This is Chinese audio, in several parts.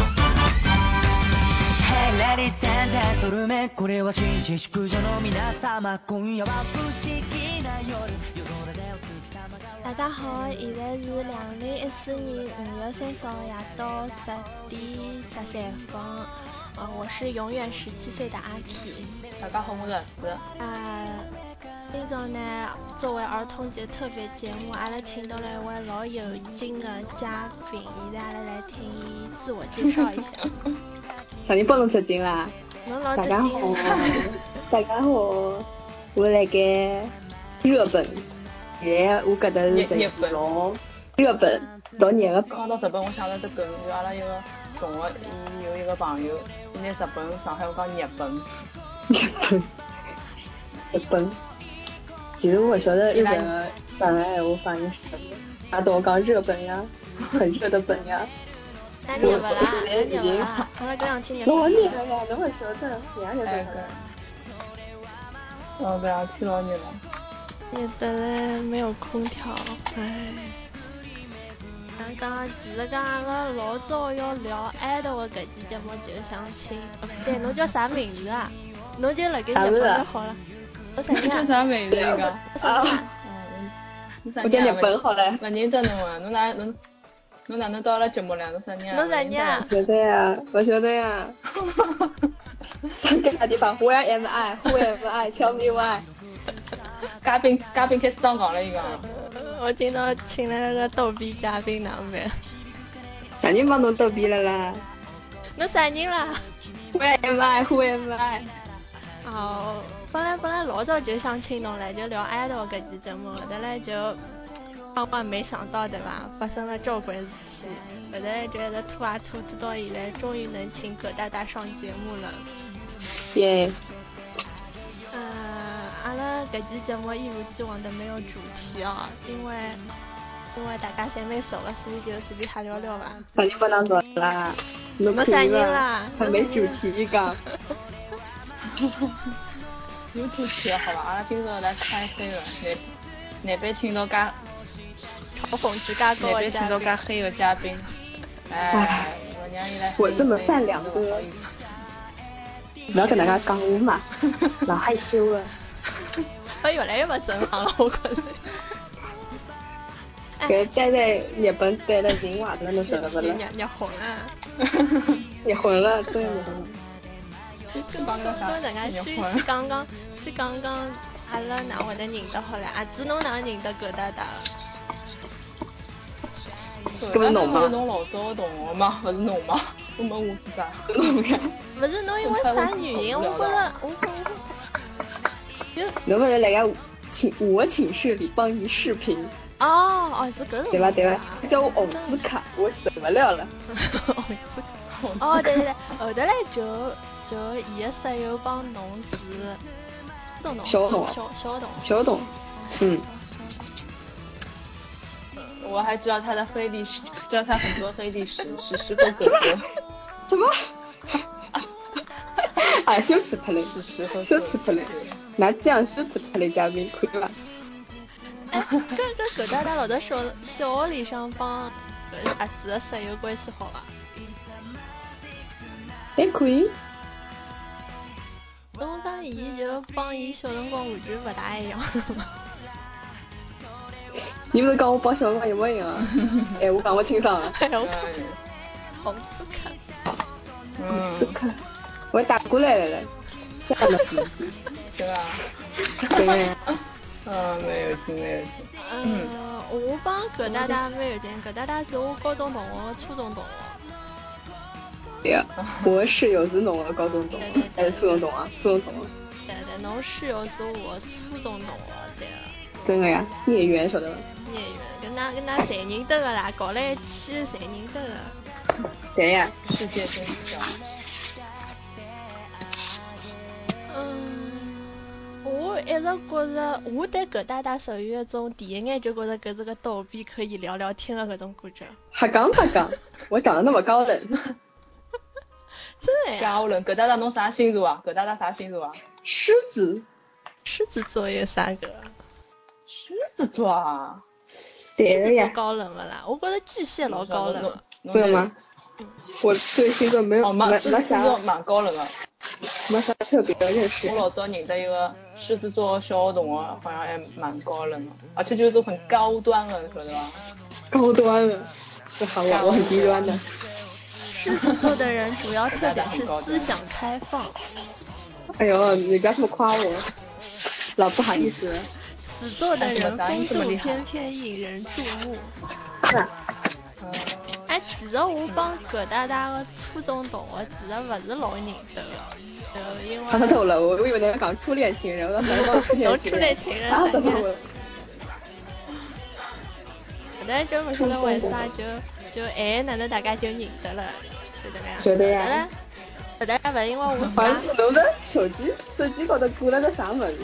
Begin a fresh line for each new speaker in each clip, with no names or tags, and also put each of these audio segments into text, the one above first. はい、レディースエンジェントルメンこれは紳士淑女の皆様今夜は不思議な夜夜空でお月様が
大家好，现在是两零一四年五月三十号夜到十点十三分。呃，我是永远十七岁的阿 K。
大家好，我是是的，
呃，今朝呢，作为儿童节特别节目，阿拉请到了一位老有劲的嘉宾，现在阿拉来听伊自我介绍一下。
啥人帮侬出镜啦？
侬老
哦
大
震
家好
惊了，
大家好，我辣盖热本，现在我搿搭是
日日本
老热本老热个，
刚刚到日本，我想到只梗，就阿拉一个同学，伊有一个朋友，伊拿日本上海话讲日本，
日本日本。其实我晓得日本的上海闲话翻译是什么，阿懂我讲热本呀，很热的本 呀。
那热不啦？
我
那热不啦？阿拉搿两天热
老热
死
个呀，侬勿晓得，哪热
哎
本
个
个？，
哦，搿两天老热了，
热得嘞没有空调，唉。刚刚其实讲阿拉老早要聊 idol 的搿期节目，就想请，哦不对，侬叫啥名字啊？侬就辣盖日本就好了。我啥
你叫
呀？
啥名字啊一个？
我啥呀？
嗯，你啥
啊我叫日
人啊
本好了。
勿认得侬啊？侬哪侬侬哪能到阿拉节目来？侬啥人啊？
侬啥人啊？
晓得呀，我晓 得呀。在啥地方？Where am I? Who am I? Tell me why.
嘉宾嘉宾开始当讲了，伊讲。
呃我今朝请来了个逗逼嘉宾，哪办？
啥人帮侬逗逼了啦
侬啥人啦？
？Where am I? Who am I?
哦，本来本来老早就想请侬来，就聊 idol 搿期节目，后头来就万万没想到对伐？发生了交关事体，后头来就一直拖啊拖，拖到现在，终于能请葛大大上节目了。
耶、
呃，阿拉搿期节目一如既往的没有主题哦，因为因为大家侪蛮熟个，所以就随便瞎聊聊伐。
啥人帮侬做啦？侬
侬啥
看
人
了
啦
还没主题 一讲。
有主题好吧？阿拉今朝来猜猜个，难难被请到介，难
嘲讽值加高啊
被
的
请
嘉
到介
宾，
黑个嘉宾。哎，我让伊来。
我这么善良的
不好意思
不要跟大家讲我嘛， 老害羞了。
他哎越来越不正常了，我觉 着。哎
搿待在日本待了人坏了，侬晓得不
热
啦？
热热红啊！
结婚了，真的结婚了。
嗯
这帮个啥
说大家
结
先
婚
先讲讲，先讲讲阿拉哪会得认得好嘞？阿子侬哪能认得葛大大？
搿
搿不是侬吗
是侬老早的同学嘛，勿是侬嘛？我问我做 啥？
勿是侬因为啥原因？我觉着我觉着就
能不能来个寝我寝室里帮你视频，
哦哦是搿种
对吧？对吧？叫我红字卡，我受不 了了。
哦对对对，后头来就就伊个室友帮侬是懂侬
小同学
小小同学
小董，嗯，
嗯我还知道他的黑历史，知道他很多黑历史，史诗和哥哥，
怎么？ 啊，羞耻不嘞，
史诗和
羞耻不嘞，拿这样羞耻不嘞嘉宾可以吧？
哎，搿搿葛大大老早小小学里向帮搿阿子个室友关系好伐？
还哎可以，
侬讲伊就帮伊小辰光完全勿大一样，
你不是讲我帮小辰光一模一 样啊？哎，我讲我清爽了，
哎呦，
对
好刺客！
嗯，
我打过来了嘞，这样的，
对吧？
真的。
嗯，没有劲，没有劲。
呃，我帮葛大大蛮有劲，葛大大是我高中同学、初中同学，
对啊呀，我室友是侬的啊高中同
对对
学
对，
还是初中同学？初中啊同学，
对对，侬室友是我初中同学，对个，
真的呀，孽缘晓得吧？
孽缘，搿㑚搿㑚侪认得个啦，搞来一起侪认得个。
对呀，
世界真小。
嗯，我一直觉着我对搿搭搭属于一种第一眼就觉着搿是个逗比可以聊聊天的搿种感觉，
瞎讲瞎讲，我长得那么高冷，
真的呀！
家务人，搿搭搭侬啥星座啊？搿搭搭啥星座啊？
狮子，
狮子座有啥个啊？
狮子座啊，
对
狮
的
子座
呀，
高冷勿啦？我觉着巨蟹老高冷啊了，
侬
不是吗？？我对星座没有
哦，
没
蛮
没
狮子
啥
座哦蛮高冷个。
没啥特别的认识
我，老早认得一个狮子座小学同学，好像还蛮高冷的，而且就是很高端的，晓得吧？
高端的，这喊我我很低端的，
狮子座的人主要特点是
很高
思
端
想开放，
哎呦，你不要这么夸我，老不好意思了。
子座的人
哎
风度
怎么咱这么厉害
翩翩，引人注目。
嗯，
哎，其实我帮搿搭搭个初中同学其实勿是老认得个，呃，因
他
为
透了，我我以为能讲初恋情人，我能讲初恋情
初
人
恋。情人
啊，
反
怎么
正
我
但就勿晓得为啥就就哎，哪能大家就认得了，就这个样子。
觉得呀
后来后来勿是因为我
好
啥
像，是侬的手机手机高头挂了个啥物事？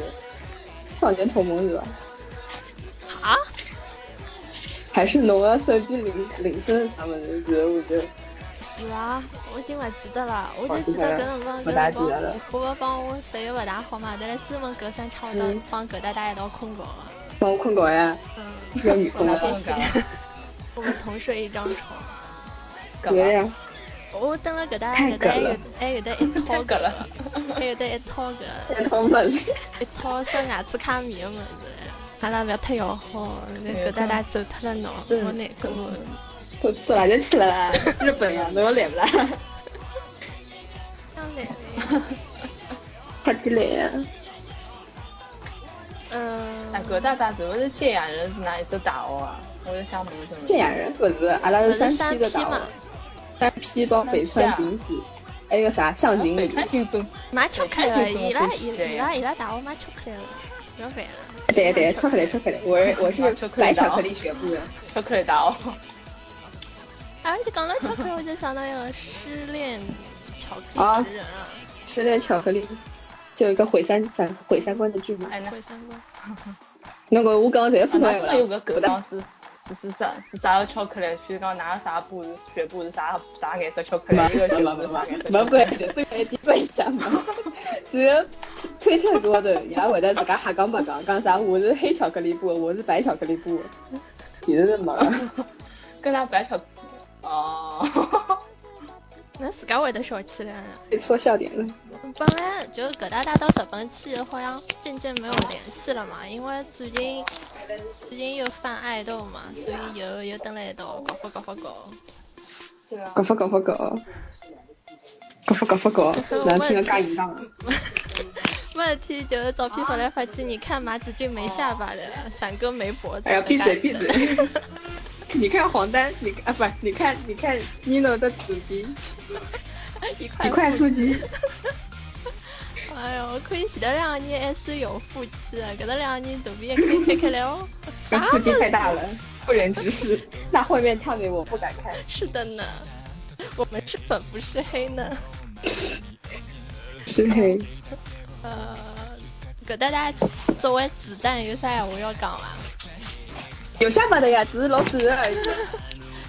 少年同盟是吧？
啊，
还是啊侬的手机铃铃声啥物事？然后我就是
伐？啊我已经勿记得了，我
好
就记
记
得
得
搿
了
辰光
不
搿
大
辰
记得
光
了
我爸帮我室友勿大好嘛，但是专门隔三差五到
嗯
帮搿搭搭一道困觉个。
帮我困觉呀，
嗯，
有女
我
朋
我
友
来
们
啊
必须 我
帮侬讲，
们同睡一张床。
干
对
嘛？
呀，
我等了搿搭
太
搿搭还
梗
有
了
还有得 一套
太
搿
梗
个
了，
还有得一套搿
也同盟。
一套生牙齿卡面个物事，阿拉勿要太要好，那搿搭搭走脱了侬，
真
我难过。
都走哪就去了啦？日本呀，侬又 来不啦？
像那个，
快点来呀！
嗯，
那搿搭搭是勿是揭阳人是哪一只大学啊？我在想问一问。
建阳人不是，阿拉
勿
是
是
三
三
P 的
P
大
嘛
学，，三 P 包北川景子，还有啥向井
啊北
里？
川金针，
买巧克力了，伊拉
我看见
伊
这种
伊拉伊拉大学买巧克力了，勿要烦了。
对对，巧克力巧克力， 我我
啊
是白巧克力学部的。
巧克力大学。
而且讲到巧克力，我就想到一个失恋巧克
啊
力之人啊，
吃点巧克力，就有一个毁三三毁三观的剧嘛。
哎，那
会三观。
那个我刚才
啊
不
那
能
真的有个搿讲是是是啥是啥个巧克力？譬如讲哪个啥部是全部是啥啥颜色巧克力？一个全部是啥颜色？
没关系，这个低关系嘛。只有推特高头，伊拉会得自家瞎讲八讲，讲啥我是黑巧克力部，我是白巧克力部，其实是没的。
跟他白巧克力 哦，
那自家会得笑起来了。
被戳笑点了。
本来就搿搭搭到日本去，好像渐渐没有联系了嘛，因为最近最近又犯爱豆嘛，所以又又蹲了一道搞搞搞搞搞。
搞发搞发搞，搞发搞发搞，难听个加淫荡。
问题就是照片发来发去，你看马子俊没下巴的，闪哥没脖子。
哎呀，闭嘴闭嘴！你看黄丹，你啊不，你看你看 Nino 的死敌，
一块
一块腹肌。
哎呦，我看伊前头两个人还是有腹肌啊的，搿头两个人肚皮也开开开来 哦。
那腹肌太大了，啊不忍直 视。那画面太美，我不敢看。
是的呢，我们是粉不是黑呢。
是黑，
呃，搿搭搭作为子弹有啥闲话要啊讲伐？
有下巴的呀，只是老短而已。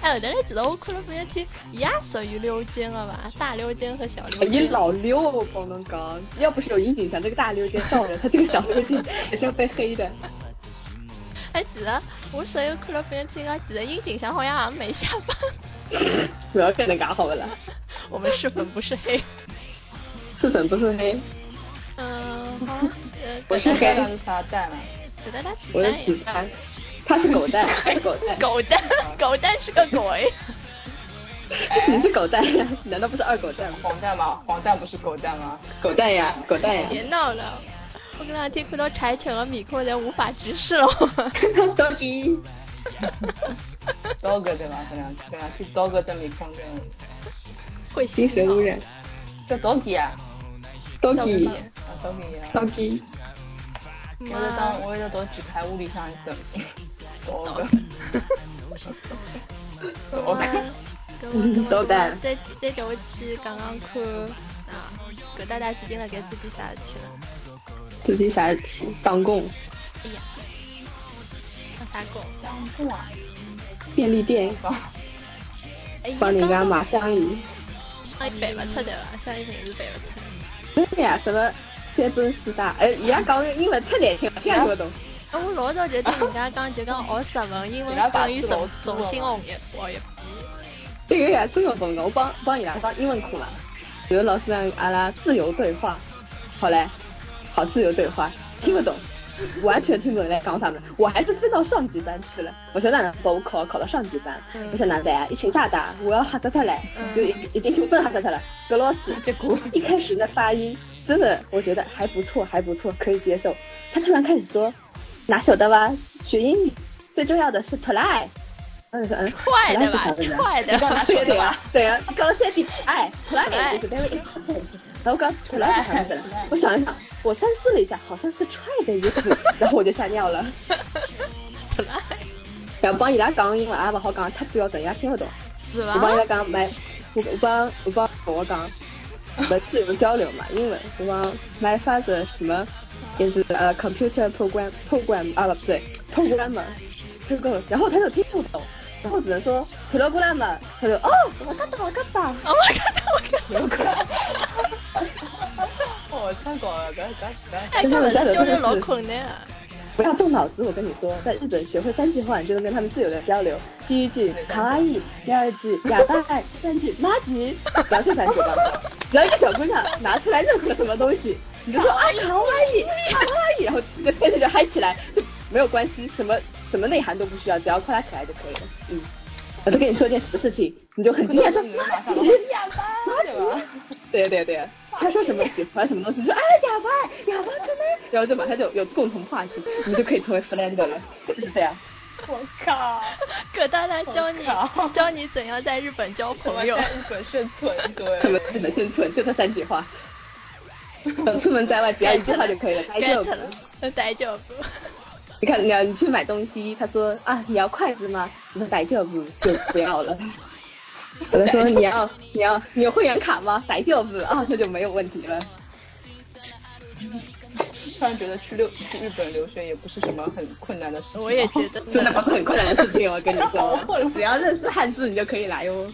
哎，后头来其实我看了半天天，伊也属于溜肩了伐？大溜肩和小溜
你
肩。
老溜，我帮侬讲，要不是有樱井翔这个大溜肩罩着，他这个小溜肩也是要被黑的。
哎，其实我室友看了半天天讲，其实啊樱井翔好像也没下班。
不要跟能干好不啦？
我们是粉不是黑。
是粉不是黑，
嗯，好像呃，
我是黑
搿搭搭是啥蛋啊？
搿搭搭
我
子弹
的子弹，他是狗蛋，他是狗蛋，
狗蛋，狗哎蛋是个 鬼。
你是狗蛋呀？难道不是二狗蛋吗？
黄蛋吗？黄蛋不是狗蛋吗？
狗蛋呀，狗蛋呀
别，闹了，我搿两天看到柴犬和米克人无法直视 了。
到 底
刀哥对吧？这两这两去刀哥这里看看，
会
精神污
染。
染
叫刀哥啊，
，doggy
啊刀哥呀。
doggy，
我就当我就到纸牌屋里向等，刀哥。
我
我
们
看，
跟我跟
都
我
带
再再叫我去讲讲看啊，搿搭搭最近辣盖做点啥事体了？
自己啥去打工，
哎呀，那啥狗？
当铺啊，
便利店
哎，
帮人家
刚
买香烟。
哎，背不出对伐？香烟瓶是背不出。
对呀，什么三本四大，哎，伊拉讲个英文太难听了，听也听不懂。
哎，我老早就听人家讲，就讲学日文，英文等于重重新学一学一遍。
这个啊也真有重要，我帮帮伊拉上英文课嘛，然后老师让阿拉自由对话，好嘞，好自由对话，听不懂，
嗯
完全听不懂在讲啥么，我还是飞到上级班去了。我说哪能把我考考到上级班？
嗯
我说哪能啊？一群大大，我要吓得他嘞，
嗯
就已已经就真吓得他了。葛老师，
结果
一开始那发音真的我觉得还不错，还不错，可以接受。他突然开始说，哪晓得吧？学英语最重要的是 try。嗯嗯，
快
try
的
是啥
吧，
子呢
快的吧，
对 对吧？对啊，你刚才比哎，突然
哎
感觉这边一靠前去，然后刚突然想起来，我想一想，我三思了一下，好像是踹的意思，然后我就吓尿 了。 然后帮伊拉讲英文啊也不好讲，太标准，伊拉听不懂。
是
我帮伊
伐
拉？讲买，我我帮我帮我讲，呃，自由交流嘛，英文。我帮 my father 什么，is a computer program program 啊不对，programmer，这个，然后他就听不懂，然后只能说 programmer，他就哦，我嘎达我嘎达。
Oh my god！我靠！
哦，太搞了，搿搿搿
哎，搿勿是交流老困难啊！
不要动脑子，我跟你说，在日本学会三句话，你就能跟他们自由的交流。第一句卡哇伊，第二句哑巴爱，第三句妈吉，只要这三句告诉 我，只要一个小姑娘拿出来任何什么东西，你就说啊卡哇伊，卡哇伊，然后这个天气就嗨起来，就没有关系，什么什么内涵都不需要，只要夸她可爱就可以了。嗯，我再跟你说一件事情，你就很惊讶说妈 吉，
哑巴对吧？
对对对，他说什么喜欢什么东西，说哎哑巴哑巴哥呢， 然后就马上就有共同话题，你们就可以成为 friend 了，就是这样。
我靠！
搿搭来教你
我靠
教你怎样在日本交
怎么
朋
在
友。
日本生存？
怎么
对，
怎么生存？就这三句话。出门在外只要一句话就可以 了，大
get
丈夫。
了，大丈夫。
你看，你要你去买东西，他说啊你要筷子吗？你说大丈夫就不要 了。有的说你要你要你有会员卡吗？大丈夫啊，那就没有问题了。
突然觉得去留去日本留学也不是什么很困难的事情。
我也觉得
真的不是很困难的事情，我跟你
好
说，只要认识汉字你就可以来哟。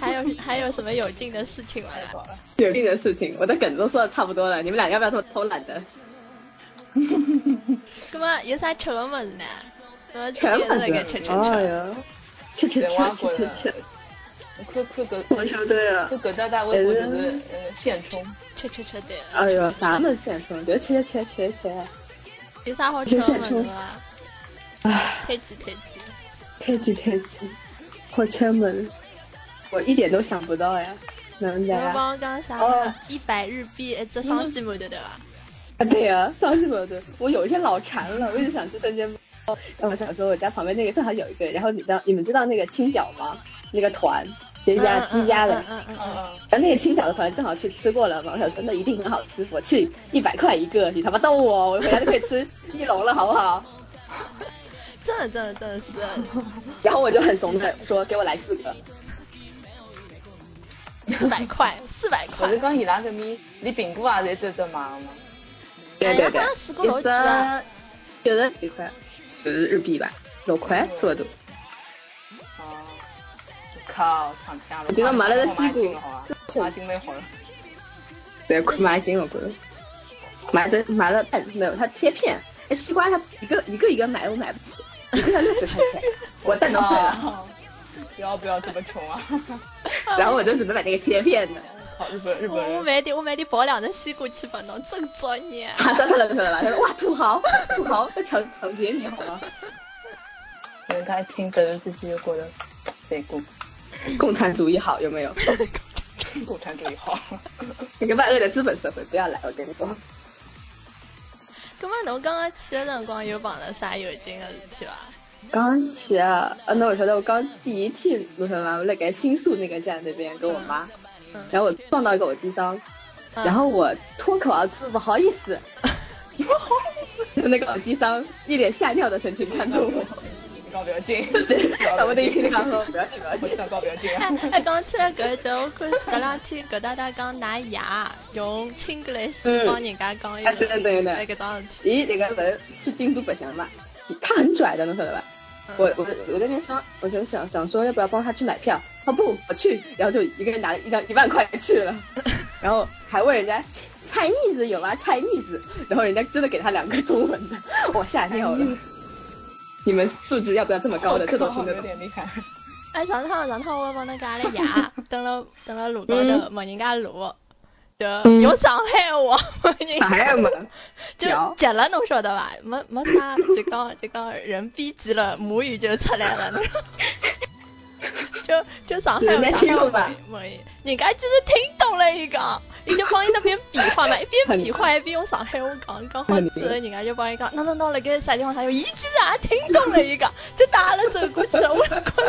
还有还有什么有劲的事情吗？
太搞了。
有劲的事情，我的梗都说的差不多了，你们俩要不要偷偷懒的？
那么有啥吃的么子呢？我今
全
天
版
那
的
个吃吃，
哎
吃，
呀，吃吃吃
对，我也
吃
觉得看看搿
吃 吃，。我说对了
看搿搭大微博就是呃现充，
吃吃吃对。
哎呦，啥么现充，就吃吃吃吃吃，
有啥好吃的么子吗？
唉，
推荐推荐。
太急太急，好吃么？我一点都想不到呀，哪能的
侬
呀？
帮我讲啥
哦？
一百日币一只双鸡母对对伐？
啊 对呀、上次我对，我有一天老馋了，我一直想吃生煎包，但我想说我家旁边那个正好有一个，然后你知道你们知道那个青饺吗？那个团，谁家
嗯
鸡家的。
嗯嗯嗯嗯嗯。
嗯
然后那个青饺的团正好去吃过了嘛，我想说那一定很好吃，我去一百块一个，你他妈逗我，我回家就可以吃一笼了，好不好？
真的真的真的是
然后我就很怂的说给我来四个，
四百块，四百
我
块
是。讲伊拉搿面连苹果也侪只只买嘛，
对对对
哎呀，四个老几啊
的有的几块，十日币吧，六块差不多。
哦，我靠，抢抢了，
我今天买了个西
我
瓜
买进来好了，
对，买斤我贵，买这买了半没有，它切片，哎，西瓜它一个一个一个买，我买不起，一个要六十块钱，我蛋都碎了，
哦，不要不要这么穷啊！
然后我就只能买那个切片的。
好，日本日本
我我
人，
买点我买点薄凉的西瓜去吧，侬真作孽。
他说他了他了，他说哇土豪土豪要抢抢劫你好吗？
因为他听的人自己就过得贼过，
共产主义好有没有？
共产主义好。
那个万恶的资本社会不要来，我跟你说。
葛么侬刚刚去的辰光有碰到啥有劲的事体伐？
刚去啊，啊那我觉得我刚第一天，我什么我在新宿那个站那边跟我妈，
嗯
然后我撞到一个耳机商，
嗯
然后我脱口而出不好 意思，
不好意思，
那个耳机商一脸吓尿的神情看着我，
高不要 进，
我们的一听就讲说不要紧不要
我
紧，
想高不要进啊
哎！哎，讲起来搿一集，我看前两天搿搭搭讲拿爷用 Chinglish 帮人家讲一个，
嗯哎对对对对
哎搿桩事体，
咦，那个人去京都白相嘛，他很拽的，侬晓得吧？我我我那天说，我就想想说要不要帮他去买票，他不我去，然后就一个人拿了一张一万块去 了，然后还问人家 Chinese 有吗 Chinese，然后人家真的给他两个中文 的，我吓尿了。你们素质要不要这么高的？这都听得
有
懂？
点厉害。
哎上趟上趟我帮侬讲阿拉 爷蹲了蹲了路高头
嗯
问人家路，对，用上海话问人家。
哎呀 妈！
就
屌
急了，侬晓得伐？没没啥，就讲就讲人逼急了，母语就出来了。就就上海
人家听懂
上
吧
海母语，人家就是听懂了一个，伊就帮伊那边比划嘛，一边比划一边用上海话讲，讲好之后，人家就帮伊讲，那那那辣盖啥地方啥地方，伊其实也听懂了一个，就带阿拉走过去了。我 觉得，我觉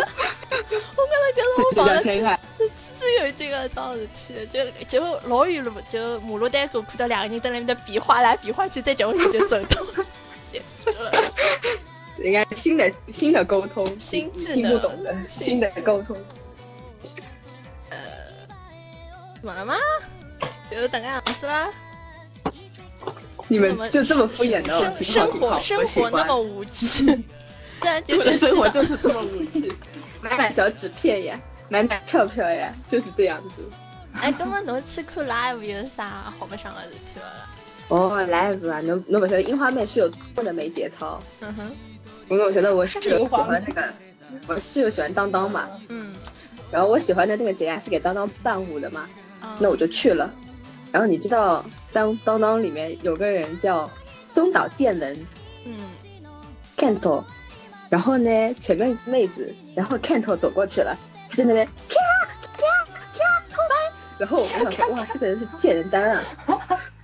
得就是我
这
碰
叫
到
真爱。
这是有这个桩事体的，就就老远路，就马路对过看到两个人在那面搭比划来比划去，再叫我就走到 了，结束了。
应该新的新的沟通，
新技能
听不懂的新的沟通。
呃怎么了吗？就等个样子啦。
你
怎么
们就这么敷衍的哦，
生
挺
生活
好挺好
生活那么无 趣，对啊，就
我
就
的
知
生活
道
就是这么 无趣，买买小纸片呀，买买票票呀，就是这样子。
哎，那么侬去看 live 有啥好白相的事体了啦？
哦，live 啊，侬侬不晓得樱花妹是有多么的没节操，
嗯哼，
因为我觉得我室友喜欢那个，我室友喜欢当当嘛，
嗯，
然后我喜欢的那个节呀啊是给当当伴舞的嘛，
啊
那我就去了。然后你知道当当当里面有个人叫中岛健人，
嗯
Kanto，然后呢，前面妹子，然后 Kanto 走过去了，他在那边啪啪啪偷拍，然后我想说，哇，这个人是贱人单啊，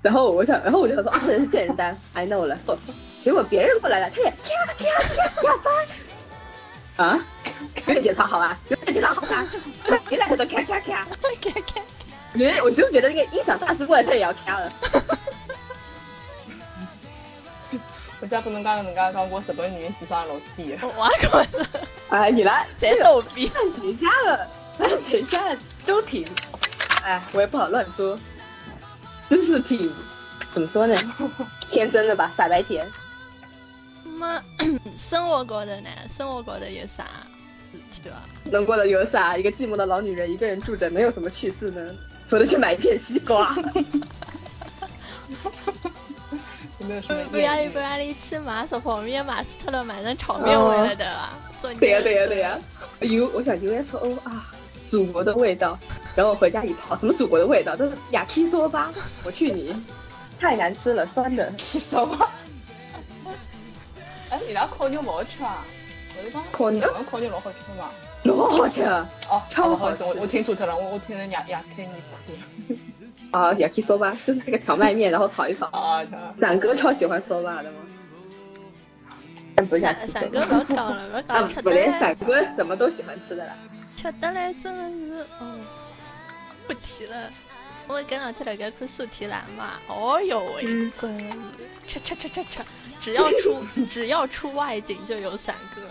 然后我想，然后我就想说，啊，这人是贱人单，I know 了，结果别人过来了，他也啪啪啪啪拍，啊，有点节操好吧，有点节操好吧，你两个都咔咔咔，
，OK OK，
我觉哎得我就觉得那个音响大师过来他也要咔了，
为啥不能讲人家讲过日本女人智商老低啊？
我也觉得
哎，你来，
在逗逼。
暂停一下 了，暂停一下了，都停。哎，我也不好乱说，就是挺怎么说呢，天真的吧，傻白甜。
那么 生活高头呢？生活高头有啥事体伐？
能过得有啥？一个寂寞的老女人一个人住着，能有什么趣事呢？除了去买一片 西瓜。
有没有什么
不不
艳遇？
要你不要你去买什么面买死掉了，买成炒面回来的吧？做
嗯对呀、
牛
对呀、
肉
对呀、U 我想 UFO 啊，祖国的味道。然后回家一泡，什么祖国的味道？都是雅基索吧？我去你，太难吃了，酸的。
什么？哎，伊拉烤肉不好吃啊！我就讲
烤肉
日本烤肉老好吃的嘛。
老好吃了
哦，
超
哦不好
好
意思
吃。
我我听错掉了，我我听成亚亚克尼
啊，也可以搜吧，就是那个荞麦面，然后炒一
克
炒。
啊！
展哥超喜欢搜吧的吗？但不是
闪闪哥不要讲了，不要讲
啊
了，吃，
不
得
连闪
来
哥什么都喜欢吃的啦。
吃得来真的是哦，不提了。我搿两天辣盖看苏提兰嘛，
嗯
哦哟喂，真的是吃吃吃吃吃，只要 出只要出外景就有闪哥。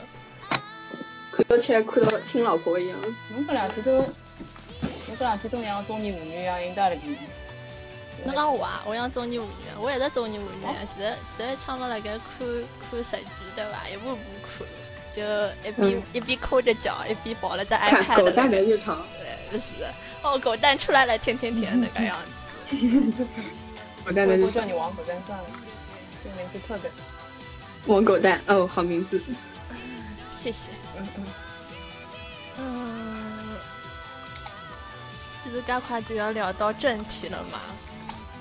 哭都起来哭到亲老婆一样。
侬搿两天都，侬搿两天都像中年妇女一样应在里面。
侬讲我啊，我像中年妇女，我一直中年妇女。前头前头一腔嘛辣盖看看日剧对伐？一步步看，就一边、一边抠着脚，一边抱了只
嗯看
iPad
狗蛋
那
的
个
日常，
对，是的。哦，狗蛋出来了，甜甜甜那个样子。
狗
我
蛋的日
我
常
叫你，王子丹算了，这个名字特别，
王狗蛋，哦，好名字。
谢谢。
嗯嗯，
嗯，就是赶快就要聊到正题了嘛。
嗯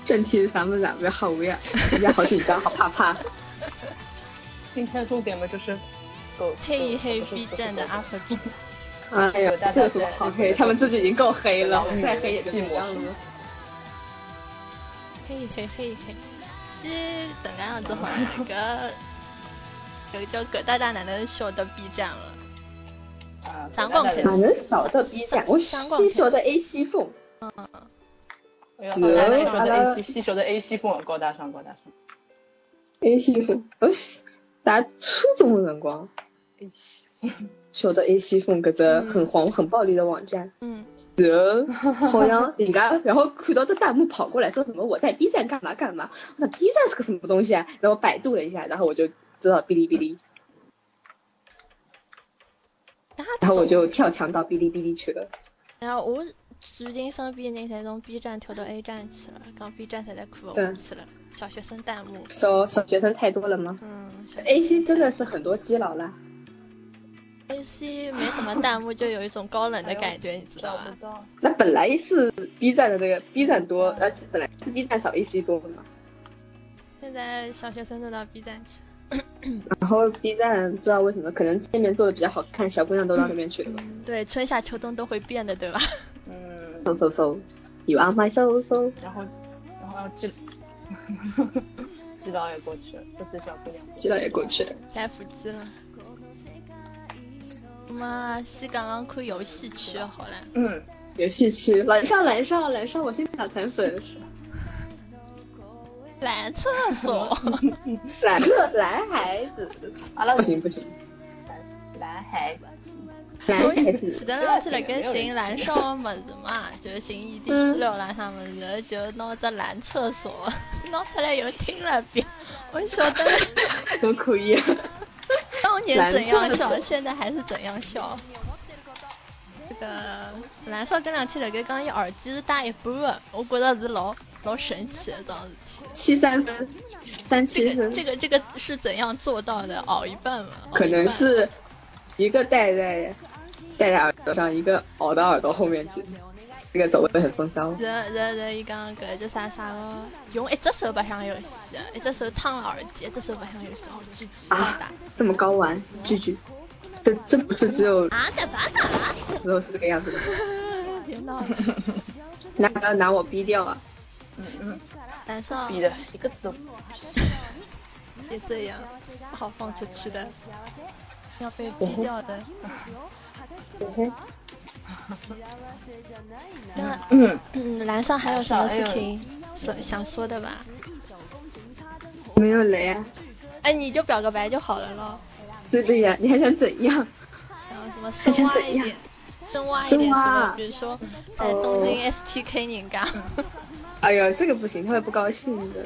正题咱们俩不要好无 聊，人家好紧张，好怕怕。
今天的重点嘛就是狗
黑一黑 B 站的 UP 主，
哎呀，这有什么好黑？他们自己已经够黑了，我们再黑也就一样了。
黑一黑黑一黑。是怎个样子好像 搿有叫葛大大哪能晓得 B 站了？
啊，
咱逛街
哪能少到 B 站？我先说的 A 西凤。
嗯
哎呦，高大上说
嗯
的 A 西西说的 A 西风，高大上高大上。
A 西凤，哦，是，打初中的辰光，
A 西
晓得爱先锋搿只很黄很暴力的网站，
嗯，
然后嗯 好像人家，然后看到这弹幕跑过来说什么我在 B 站干嘛干嘛，我说 B 站是个什么东西啊？然后百度了一下，然后我就知道哔哩哔哩，
那
然后我
总
就跳墙到哔哩哔哩去了。
然后我最近身边人侪从 B 站跳到 A 站去了，讲 B 站侪在看勿下
对
去了，小学生弹幕，
小小学生太多了吗
嗯，小
？A C 真的是很多基佬啦，
A C 没什么弹幕，就有一种高冷的感觉，你知 道吧？
到。
那本来是 B 站的那个 B 站多，而且本来是 B 站少 A C 多嘛。
现在小学生都到 B 站去，
然后 B 站不知道为什么，可能界面做的比较好看，小姑娘都到那边去了吧。
对，春夏秋冬都会变的，对吧？
嗯，
搜搜搜，You are my soul soul。
然后然后 知知道也过去了，不知小姑娘。
基佬也过去了，
来腹肌了。我们先讲讲看游戏区好了，
嗯，
游戏区，蓝上蓝上蓝上，我先打残粉，
男厕所，
蓝蓝孩子，
阿拉
不行不行，
男孩子，
蓝孩子，
前头浪去辣盖寻燃烧的物事嘛，就是寻异地资料啦啥物事，然后就拿只男厕所 拿出来又听了一遍，我晓 得
多可以啊！
当年怎样
蓝厕
笑，
所
现在还是怎样笑。这个蓝少跟两天辣盖讲，伊耳机是戴一半的，我觉着是老老神奇的一桩事体。
七三分，三七
这个
分，
这个这个是怎样做到的？熬一半嘛，
可能
熬一
是一个戴在戴在耳朵上，一个熬到耳朵后面去，这个走位很风骚。
半。然后然后然后伊讲搿叫啥啥个，用一只手白相游戏，哎一只手烫了耳机，一只手白相游戏，好巨巨
啊
大。，
这么高玩，句句，这这不是只有
啊的吧的，
只有是这个样子的，
别闹 了。
那还要拿我逼掉啊？
嗯嗯，
蓝少
逼的一个字都不
也这样，好放出去的，要被逼掉的。那
嗯，
嗯，蓝少还有什么事情想想说的吧？
没有雷啊？
哎，你就表个白就好了咯。
对的啊呀，你还想怎样？
然后什么深挖一点，深挖啊哎一
深
点什么
挖，
比如说在东京 STK 人家，
哎呦，这个不行，他会不高兴的。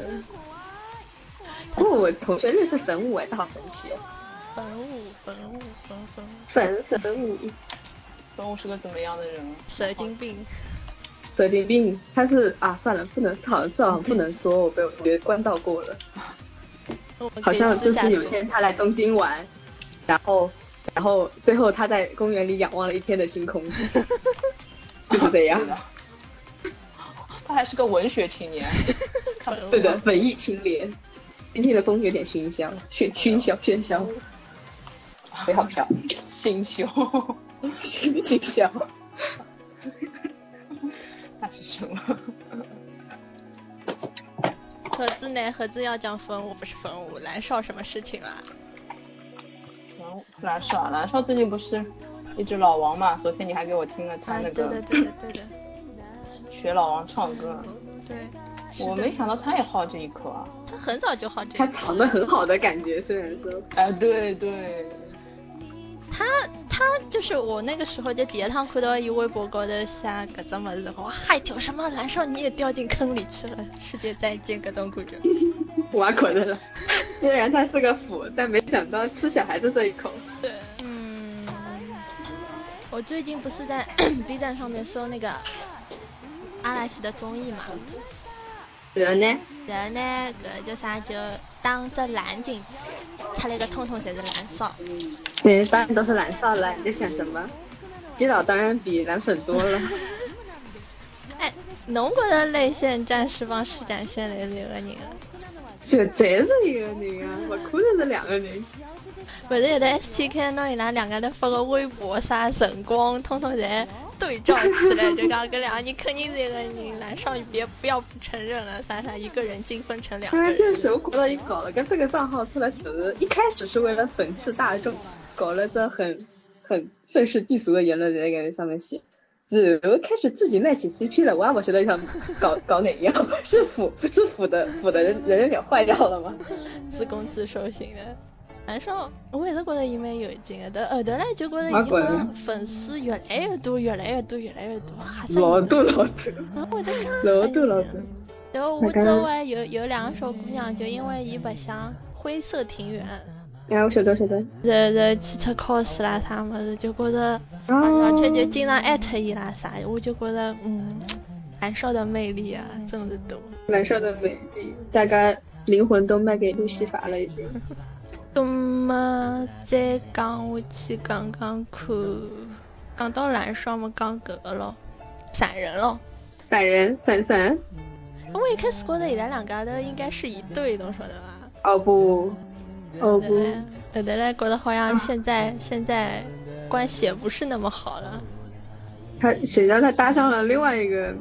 不过我同学认识粉舞哎，这好神奇哦！
粉舞粉舞粉粉舞，
粉粉舞，
孙悟是个怎么样的人啊？
蛇精病，
蛇精病，他是啊，算了，不能，好像这好像不能说，我被我同学关照过了。
我们可以
好像就
私下
是有一
说
天他来东京玩，然后然后最后他在公园里仰望了一天的星空，就是这样。
他还是个文学青 年，看不
对的，文艺青年。今天的风有点熏香，熏熏香喧嚣，
出
哎
好飘，新秀，
熏熏香。
他是什么？
盒子呢？盒子要讲粉舞不是粉舞，蓝少什么事情啊啦？
蓝少，蓝少最近不是一直老王嘛？昨天你还给我听了他
啊，
那
对的
个
对的对的
学老王唱歌，
对，是
我
的
没想到他也好这一口啊！
他很早就好这
他
个，
藏的很好的感觉，虽然说
哎，对对，
他他就是我那个时候就第一趟看到伊微博高头写搿种物事，哇，嗨跳什么蓝少你也掉进坑里去了，世界再见搿种感觉。
挖苦的了。虽然他是个腐，但没想到吃小孩子这一口。
对，嗯，我最近不是在 B 站上面搜那个阿拉西的综艺嘛，
人呢？
然后呢，搿叫啥就当只蓝进去，出来个通通侪是蓝少。
对，当然都是蓝少了。你在想什么？基佬当然比蓝粉多 了。
哎，侬觉得泪腺战士帮施展线来是一个人啊？
绝对是一个人啊，不可能是两个人。
勿是有的 STK 拿伊拉两个人发个微博啥辰光，通通侪对照起来，就讲搿两个人肯定是一个人，蓝少你别不要不承认了，啥啥一个人精分成两个
当然，
人。
这个手鼓捣一搞了个这个账号出来，只是一开始是为了粉刺大众，搞了这很很愤世嫉俗的言论在那个上面写。只有开始自己卖起 CP 了，我也不晓得想搞搞哪样，是腐不是腐的腐的人人有点坏掉了吗？
自攻自受型的。反正我一直觉得伊蛮有劲个，但后头呢就觉得伊
我也觉
个
得
粉丝越来越多，越来越多，越来越多，吓死
老
人！
多老多，
嗯会得
老
多
多老多。
然后我周围有有两小姑娘，就因为伊白相灰色庭园，
哎，我晓得我晓得，
然后然后去出 cos 啦啥么子，就觉得，
哦
而且就经常艾特伊啦啥，我就觉得嗯，燃烧的魅力啊，真是多。
燃烧的美丽，大家灵魂都卖给路西法了已经。
咁么再讲下去讲讲看，讲到燃烧么讲搿个咯，闪人咯。
散人散散，
我一开始觉得伊拉两家头应该是一对，侬晓得伐？
哦不，哦
后
不，
来后来嘞觉得好像现在现在关系也不是那么好了。
他谁让他搭上了另外一个，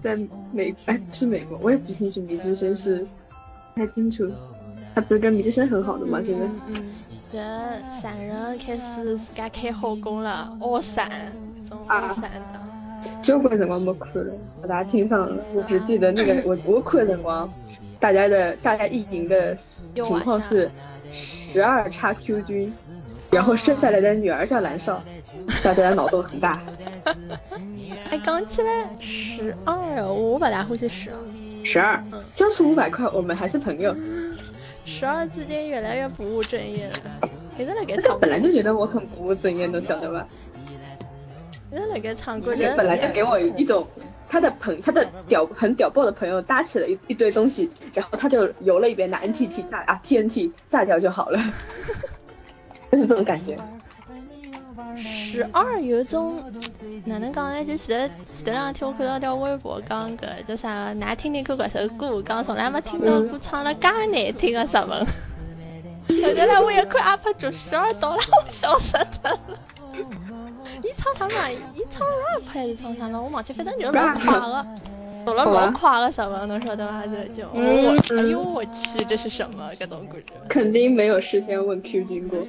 在美哎不是美国，我也不清楚米之森是，不太清楚，他不是跟米之森很好的吗？啊现在
嗯嗯。人闪人开始自家开后宫了，凹闪，搿种
啊
凹闪的。
交关辰光没看了，不大清爽了，我只记得那个我我看的辰光，大家的大家意淫的情况是十二叉 Q 君，然后生下来的女儿叫蓝少，大家的脑洞 很大。
哎，讲起来十二，我不大欢喜十二。
十二，江苏五百块，我们还是朋友。
十二之间越来越不务正业了，一直辣盖
大家
唱歌
本，来就觉得我很不务正业，能晓得吧？
一直辣盖唱歌，人
本来就给我一种他的朋他的屌很屌爆的朋友搭起了一一堆东西，然后他就游了一遍，拿 NTT 炸啊 TNT 炸掉就好了， 就是这种感觉。
十二有种哪能讲呢？就前头前头两天我看到条微博讲搿叫啥，㑚听听看搿首歌，讲从来没听到过唱了介难听的日文。后头来我一看 UP 主十二到了，我笑死脱了。伊唱啥嘛？伊唱 rap 还是唱啥嘛？我忘记，反正就是蛮快的，读了蛮快的日文，侬晓得伐？这就我
嗯
哎呦我去，这是什么？搿种感觉。
肯定没有事先问 Q 君过。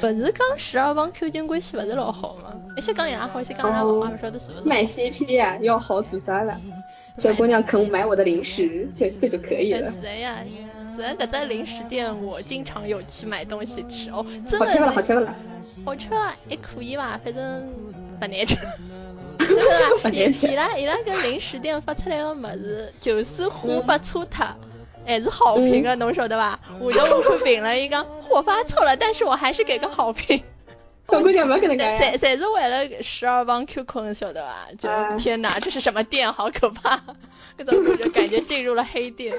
不是讲十二帮 Q 君关系不是老好嘛？哎一些讲伊拉好，一些讲伊拉不好，不晓得是不是。
哦卖 CP 呀、要好做啥啦？小姑娘肯买我的零食，这这就可以
但
了。
是哎呀，啊只要搿只零食店，我经常有去买东西吃哦，真的
好吃
是
不啦？好吃不啦？
好吃啊，还可以吧，反正不难吃。真 的吧？
不
伊
难吃
伊拉伊拉搿零食店发出来个物事，就算货发错脱，
嗯
还是好评的，侬晓得伐？下头我看评了一个货发错了，但是我还是给个好评。
小姑娘不要跟他干呀
侪。侪是为了十二帮 Q 控，晓得吧？就、
啊
天哪，这是什么店？好可怕！ 这种感觉感觉进入了黑店。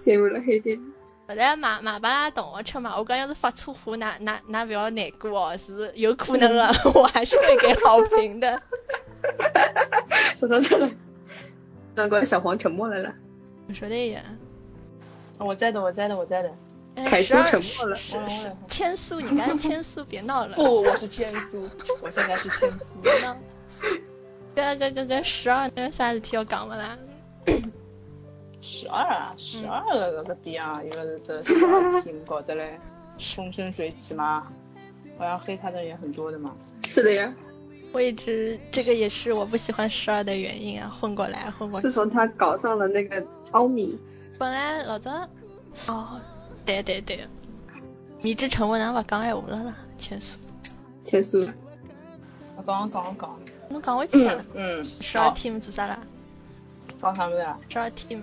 进入了黑店，
后来买买把拉同学吃嘛，我讲要是发错货，那那那不要难过哦，是有可能的，
嗯
我还是会给好评的。
说到这了，难怪小黄沉默了啦。
我说 的呀，
我在的，我在的，我在的。
哎
凯叔
12
沉默了
是是是千苏，你赶紧千苏，别闹了。
不，我是千苏，我现在是千苏。
闹。跟跟跟跟十二那有啥事体要讲不啦？
十二啊，十二个搿个逼啊，一个是这十二 team 搞得嘞风生水起嘛，好像黑他的人很多的嘛。
是的呀，
我一直这个也是我不喜欢十二的原因啊，混过来混过去
自。从他搞上了那个奥米，
本来老早，哦，对对对，迷之沉默，咱勿讲闲话了啦，千苏。
千苏
我啊刚刚讲讲，
侬讲回去啊，
嗯，
十二 team 做啥啦？
讲啥物事啊？
十二 team，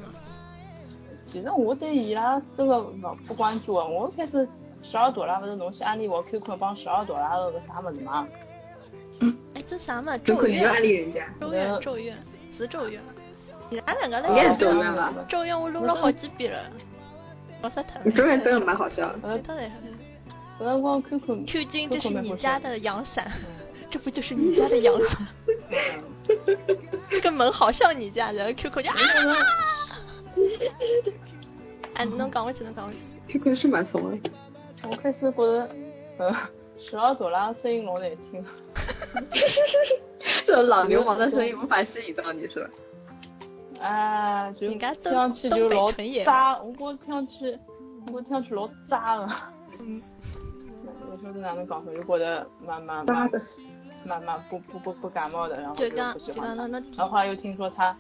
其实我对伊拉这个不不关注啊，我一开始十二朵拉勿是侬去安利我 Q q 帮十二朵拉个个啥物事嘛？
哎，这啥嘛？
有
咒
可能就
怨，
安利人家，
咒怨，咒怨，是咒怨。伊拉两个
嗯你也
在
是咒怨吧？
咒怨，我录了好几遍了，搞死他
你
了。
中原真的蛮好笑的。
呃，
当然
搿辰光 QQ
，Q 君，这是你
Q
家的阳伞， 这不就是你家的阳伞？ 这个门好像你家的，QQ 就啊。哎，侬讲我去，侬讲我去。
QQ 是蛮怂的，
我开始觉得，呃，十二朵拉声音老难听。
这种老流氓的声音无法吸引到你是吧？
哎，就
人家
听
都
上去就
东
老
北纯野
渣，我觉听上去，我觉听上去老渣的。
嗯，
我说是哪能讲法，就觉得蛮蛮
妈
蛮
的，
蛮蛮不不不不感冒的，然后
就
就
刚
不喜
就刚
欢他。
刚侬提
然，后后来又听说他，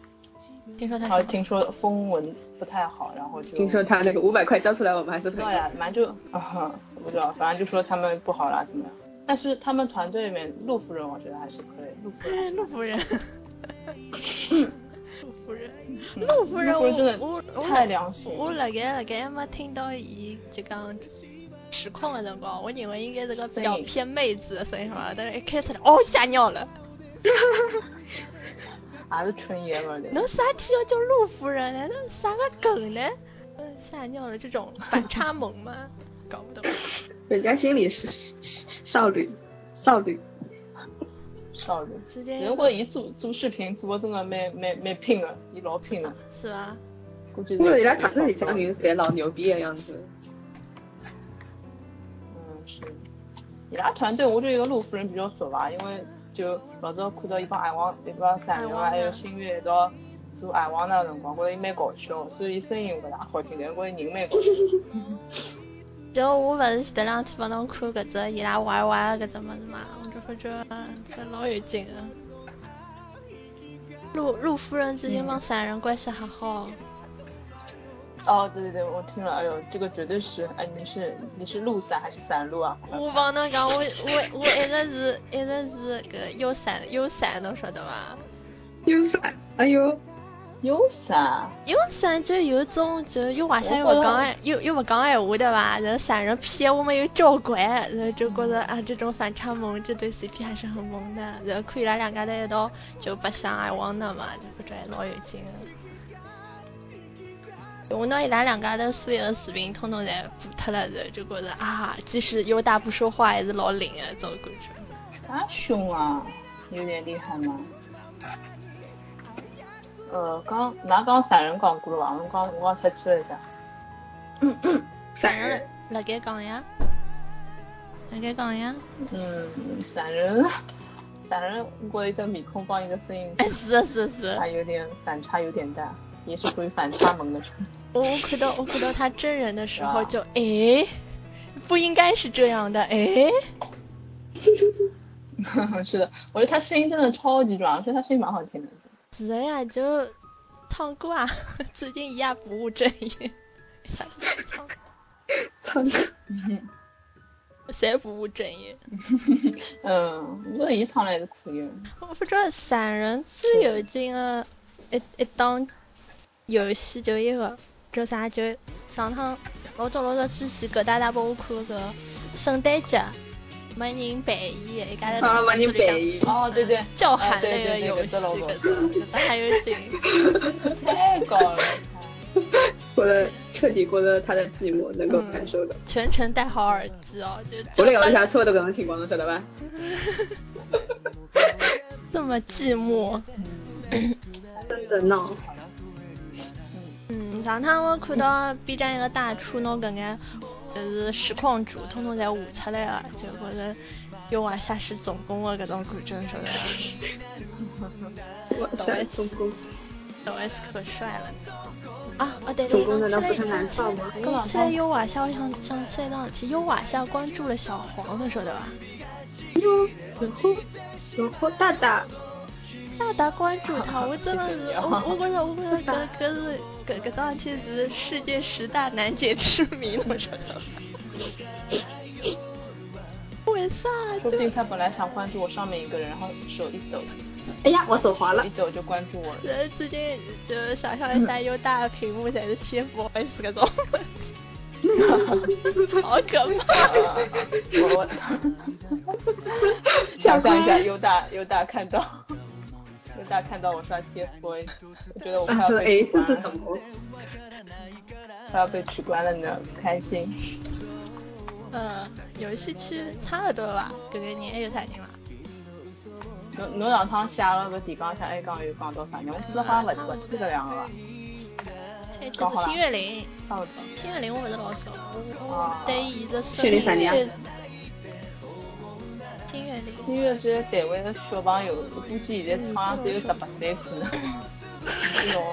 听说他
然后
是
听说风文不太好，然后就
听说他那个五百块交出来，我们还是朋
对
友。
呀，蛮就啊哈，我不知道，反正就说他们不好啦，怎么样？但是他们团队里面陆夫人，我觉得还是可以。陆夫人，
陆夫人，陆夫人，陆夫人，
真的
我我
太良心。
我辣盖辣盖没听到伊就讲实况的辰光，我认为应该是个比较偏妹子的声音嘛，但是一开出来，哦吓尿了。
还是纯爷们的。
侬啥体要叫陆夫人呢？那啥个梗呢？呃吓尿了这种反差萌吗？搞不懂。
人家心里是少女，少女，
少女。
直接。
如果伊做做视频做真的蛮蛮蛮拼的，伊老拼的。
是吧？
估计。
因为人家团队里小女感老牛逼的样子。
嗯，是。伊拉团队我觉得有陆夫人比较熟吧，因为就老早看到伊帮海王一帮闪耀啊，还有新月一道做海王那辰光，觉得伊蛮搞笑，虽然声音不大好听，但是觉得人蛮搞笑。
然后我不是前头两天帮侬看搿只伊拉 Y Y 搿只物事嘛，我就发觉这老有劲个。陆陆夫人最近帮三人关系还好。
哦，对对对，我听了，哎呦，这个绝对是，哎，你是你是陆伞还是伞陆啊？
我帮侬讲，我我我一直是一直是搿有伞有伞，侬晓得伐？
有伞，哎呦。
有伞，
有伞就有种，就又外向又勿讲哎又又勿讲闲话对伐？然后散人屁我们又交关，然后就觉着啊，这种反差萌，这对 CP 还是很萌的。然后看伊拉两家头一道就白相爱玩的嘛，就觉着老有劲的。我拿伊拉两家头所有的视频通通侪补脱了，然后就觉着啊，即使优大不说话，还是老灵的啊这种感
觉。他凶啊，有点厉害吗？呃，刚哪刚散人讲过了伐？我刚我刚才去了一下。
嗯嗯，散人
辣盖讲呀，辣盖讲呀。
嗯，散人，散人，我一个面孔帮一个声音，
哎，是是是，
还有点反差有点大，也是属于反差萌的。
我我看到我看哦到他真人的时候就哎，不应该是这样的哎。
是的，我觉得他声音真的超级软，我觉得他声音蛮好听的。
是的呀，就唱歌啊， 最近一夜不务正业，
唱歌，
谁不务正业？
嗯，我觉得伊唱的还是可以。
我不知道散人最有劲的啊一一档游戏就一个叫啥？就上趟老早老早之前葛大大拨我看个圣诞节。没人扮演，一家在
啊，没人扮演，
哦，对对，
叫喊类的游戏，搿种还有 劲，
太搞了，
过了彻底过了他的寂寞，能够感受到。
全程戴好耳机哦，就
我来搞一下所有的搿种情况，侬晓得伐？
这么寂寞，
真的闹。
嗯，上趟我看到 B 站一个大厨拿搿眼。就是实况主通通侪画出来了，就觉着有往下是总攻的搿种感觉，晓
得伐？小 S 总攻，
小 S 可帅了啊！哦对
对，总难道不是男少吗？
讲起来优瓦夏，我想想起来一桩事体，优瓦夏关注了小黄，侬晓得伐？
哟，然后然后大大。
大大关注他，我真的是，我我觉着我觉着搿搿啊 是搿搿桩事体是世界十大难解之谜，我觉得。为啥？
说不定他本来想关注我上面一个人，然后手一抖，
哎呀，我手滑了，
一抖就关注我了。
呃，最近就想象一下，又大的屏幕才是 TFBOYS 搿 种。好可怕！啊
我 想象一下，优大优大看到。大家看到我刷 TFBOYS，我觉得我快要被取关了，快要被取关了呢，不开心。
嗯，游戏区差不多吧，搿个人还有啥人伐？
侬侬两趟写了个提纲，像 A 杠又讲到啥人？我记得好像勿勿记得两个伐？
就是新月玲，
差不多。
新月玲我勿是老熟，我对伊的
新月啥人啊？
新月玲，
新月只有台湾的小朋友，我估计啊现在好像只有十八岁可 能。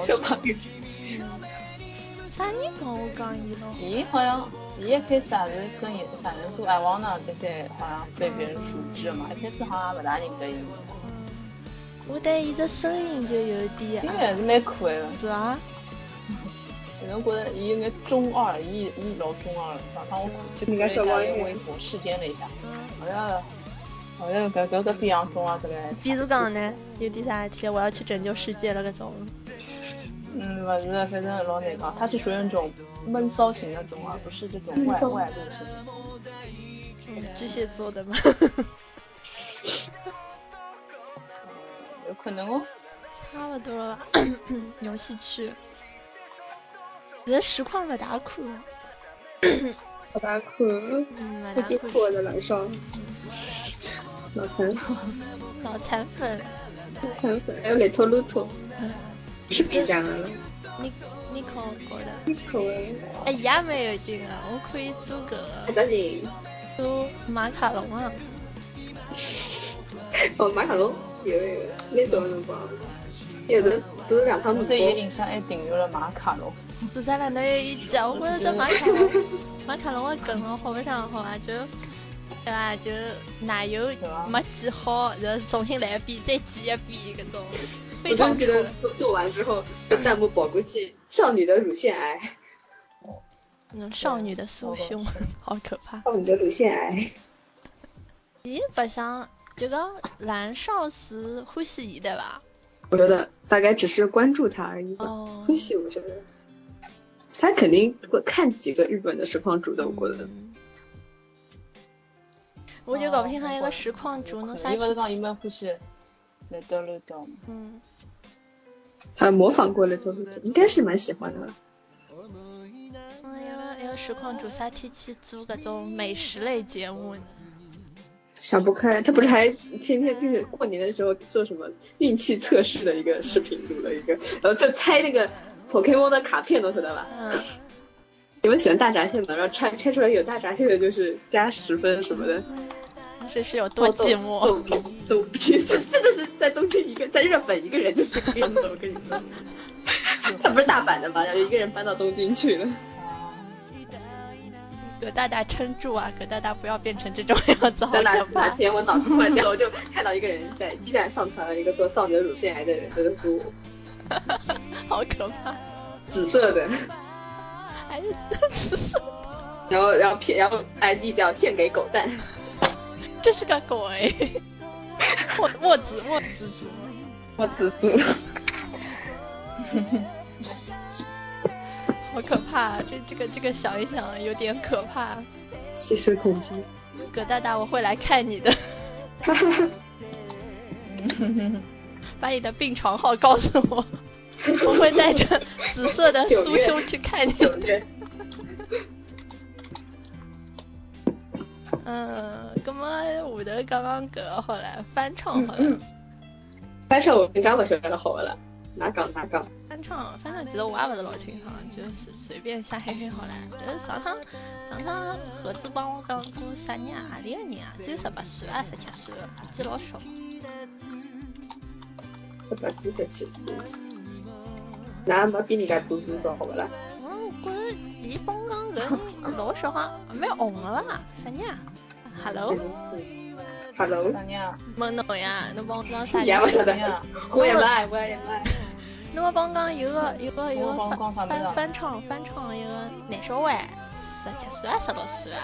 小朋友。
啥人帮我讲伊咯？
伊好像，伊一开始也是跟啥人做爱网呢，但是好像被别人熟知了嘛，一开始好像也勿大认得伊。
嗯我对伊的声音就有点。
新月还是蛮可爱的。
是啊。
只能觉着伊有眼中二，伊伊老中二。上趟我去看了一下微博，视检了一下，好像好像搿搿搿比杨中啊，搿个。
比如讲呢，有点啥事体，我要去拯救世界了搿种。
嗯，勿是，反正老难讲。他是属于那种闷骚型的中二，不是这种外外露型。
嗯，巨蟹座的吗？
有可能哦。
差不多了，游戏区。现在实况勿大看了。
勿大看，我就过在晚上。脑残粉。
脑残粉。
脑残粉，还有雷托路托。是 B 站的了。
你你看过的？
你看过。
哎，也蛮有啊劲的，我可以做个。
啥人？
做马卡龙啊。
哦，马卡龙有有，那种辰光。有的读了两趟，
对伊印象还停留了马卡龙。
做啥啦？能有啊意见？我觉着这马卡龙， 马卡龙的梗哦，好白相好啊，就对伐？就奶油没挤好，然后重新来一遍，再挤一遍，搿种。
我就记得做做完之后，这弹幕跑过去，少女的乳腺癌。
那种少女的酥胸，好可怕。
少女的乳腺癌。
咦，白相就讲蓝少时欢喜伊对伐？
我觉得大概只是关注他而已吧。
哦
欢、oh. 喜我觉得，他肯定会看几个日本的实况主的，我觉得。
嗯哦我就搞不清
哦
他一个实况主弄啥。
你不是讲伊们欢喜来斗乱斗吗？
嗯。
他模仿过来斗乱斗，应该是蛮喜欢的。
哎呀，一个实况主啥天去做各种美食类节目呢？
想不开，他不是还天天就是过年的时候做什么运气测试的一个视频录了一个，然后就拆那个 Pokemon 的卡片，都知道吧？
嗯。
你们喜欢大闸蟹吗？然后拆拆出来有大闸蟹的，就是加十分什么的。
这是有多寂寞？
逗逼，逗逼，这真的是在东京一个，在日本一个人就是这样子，我跟你 说。他不是大阪的吗？然后一个人搬到东京去了。
哦葛大大撑住啊！葛大大不要变成这种样子，好
哪啊哪天我脑子坏 掉，我就看到一个人在 B 站上传了一个做少女乳腺癌的人，他就说我，
好可怕，哎
紫色的，
还是紫色的，
然后然后骗，然后 ID 叫献给狗蛋，
这是个鬼，墨墨子墨子族，
墨子族，
好可怕！啊这这个这个想一想有点可怕。
吸收恐惧。
葛大大，我会来看你的。把你的病床号告诉我，我会带着 紫色 的酥胸去看你的。嗯，那么我的刚刚搿好了，翻唱好了。嗯、
翻唱我平常勿晓得好了。哪讲哪讲？
翻唱翻唱，其实我也勿是老清爽，就是随便瞎嗨嗨好了。就是上趟上趟何子帮我讲过啥人啊？何里个人啊？只有十八岁啊，十七岁，年纪老小。
十八岁、十七岁，那没比人家大多少，好勿啦？
嗯，我觉着伊帮我讲搿人老小，好像蛮红个啦。啥人啊？Hello。
嗯 Hello。
啥人啊？
问侬呀，侬帮我讲啥人？
也勿晓得呀。我也勿爱，我也勿爱。
那么刚刚有个有个有个翻翻翻唱翻唱一个男小孩，十七岁啊十六岁啊，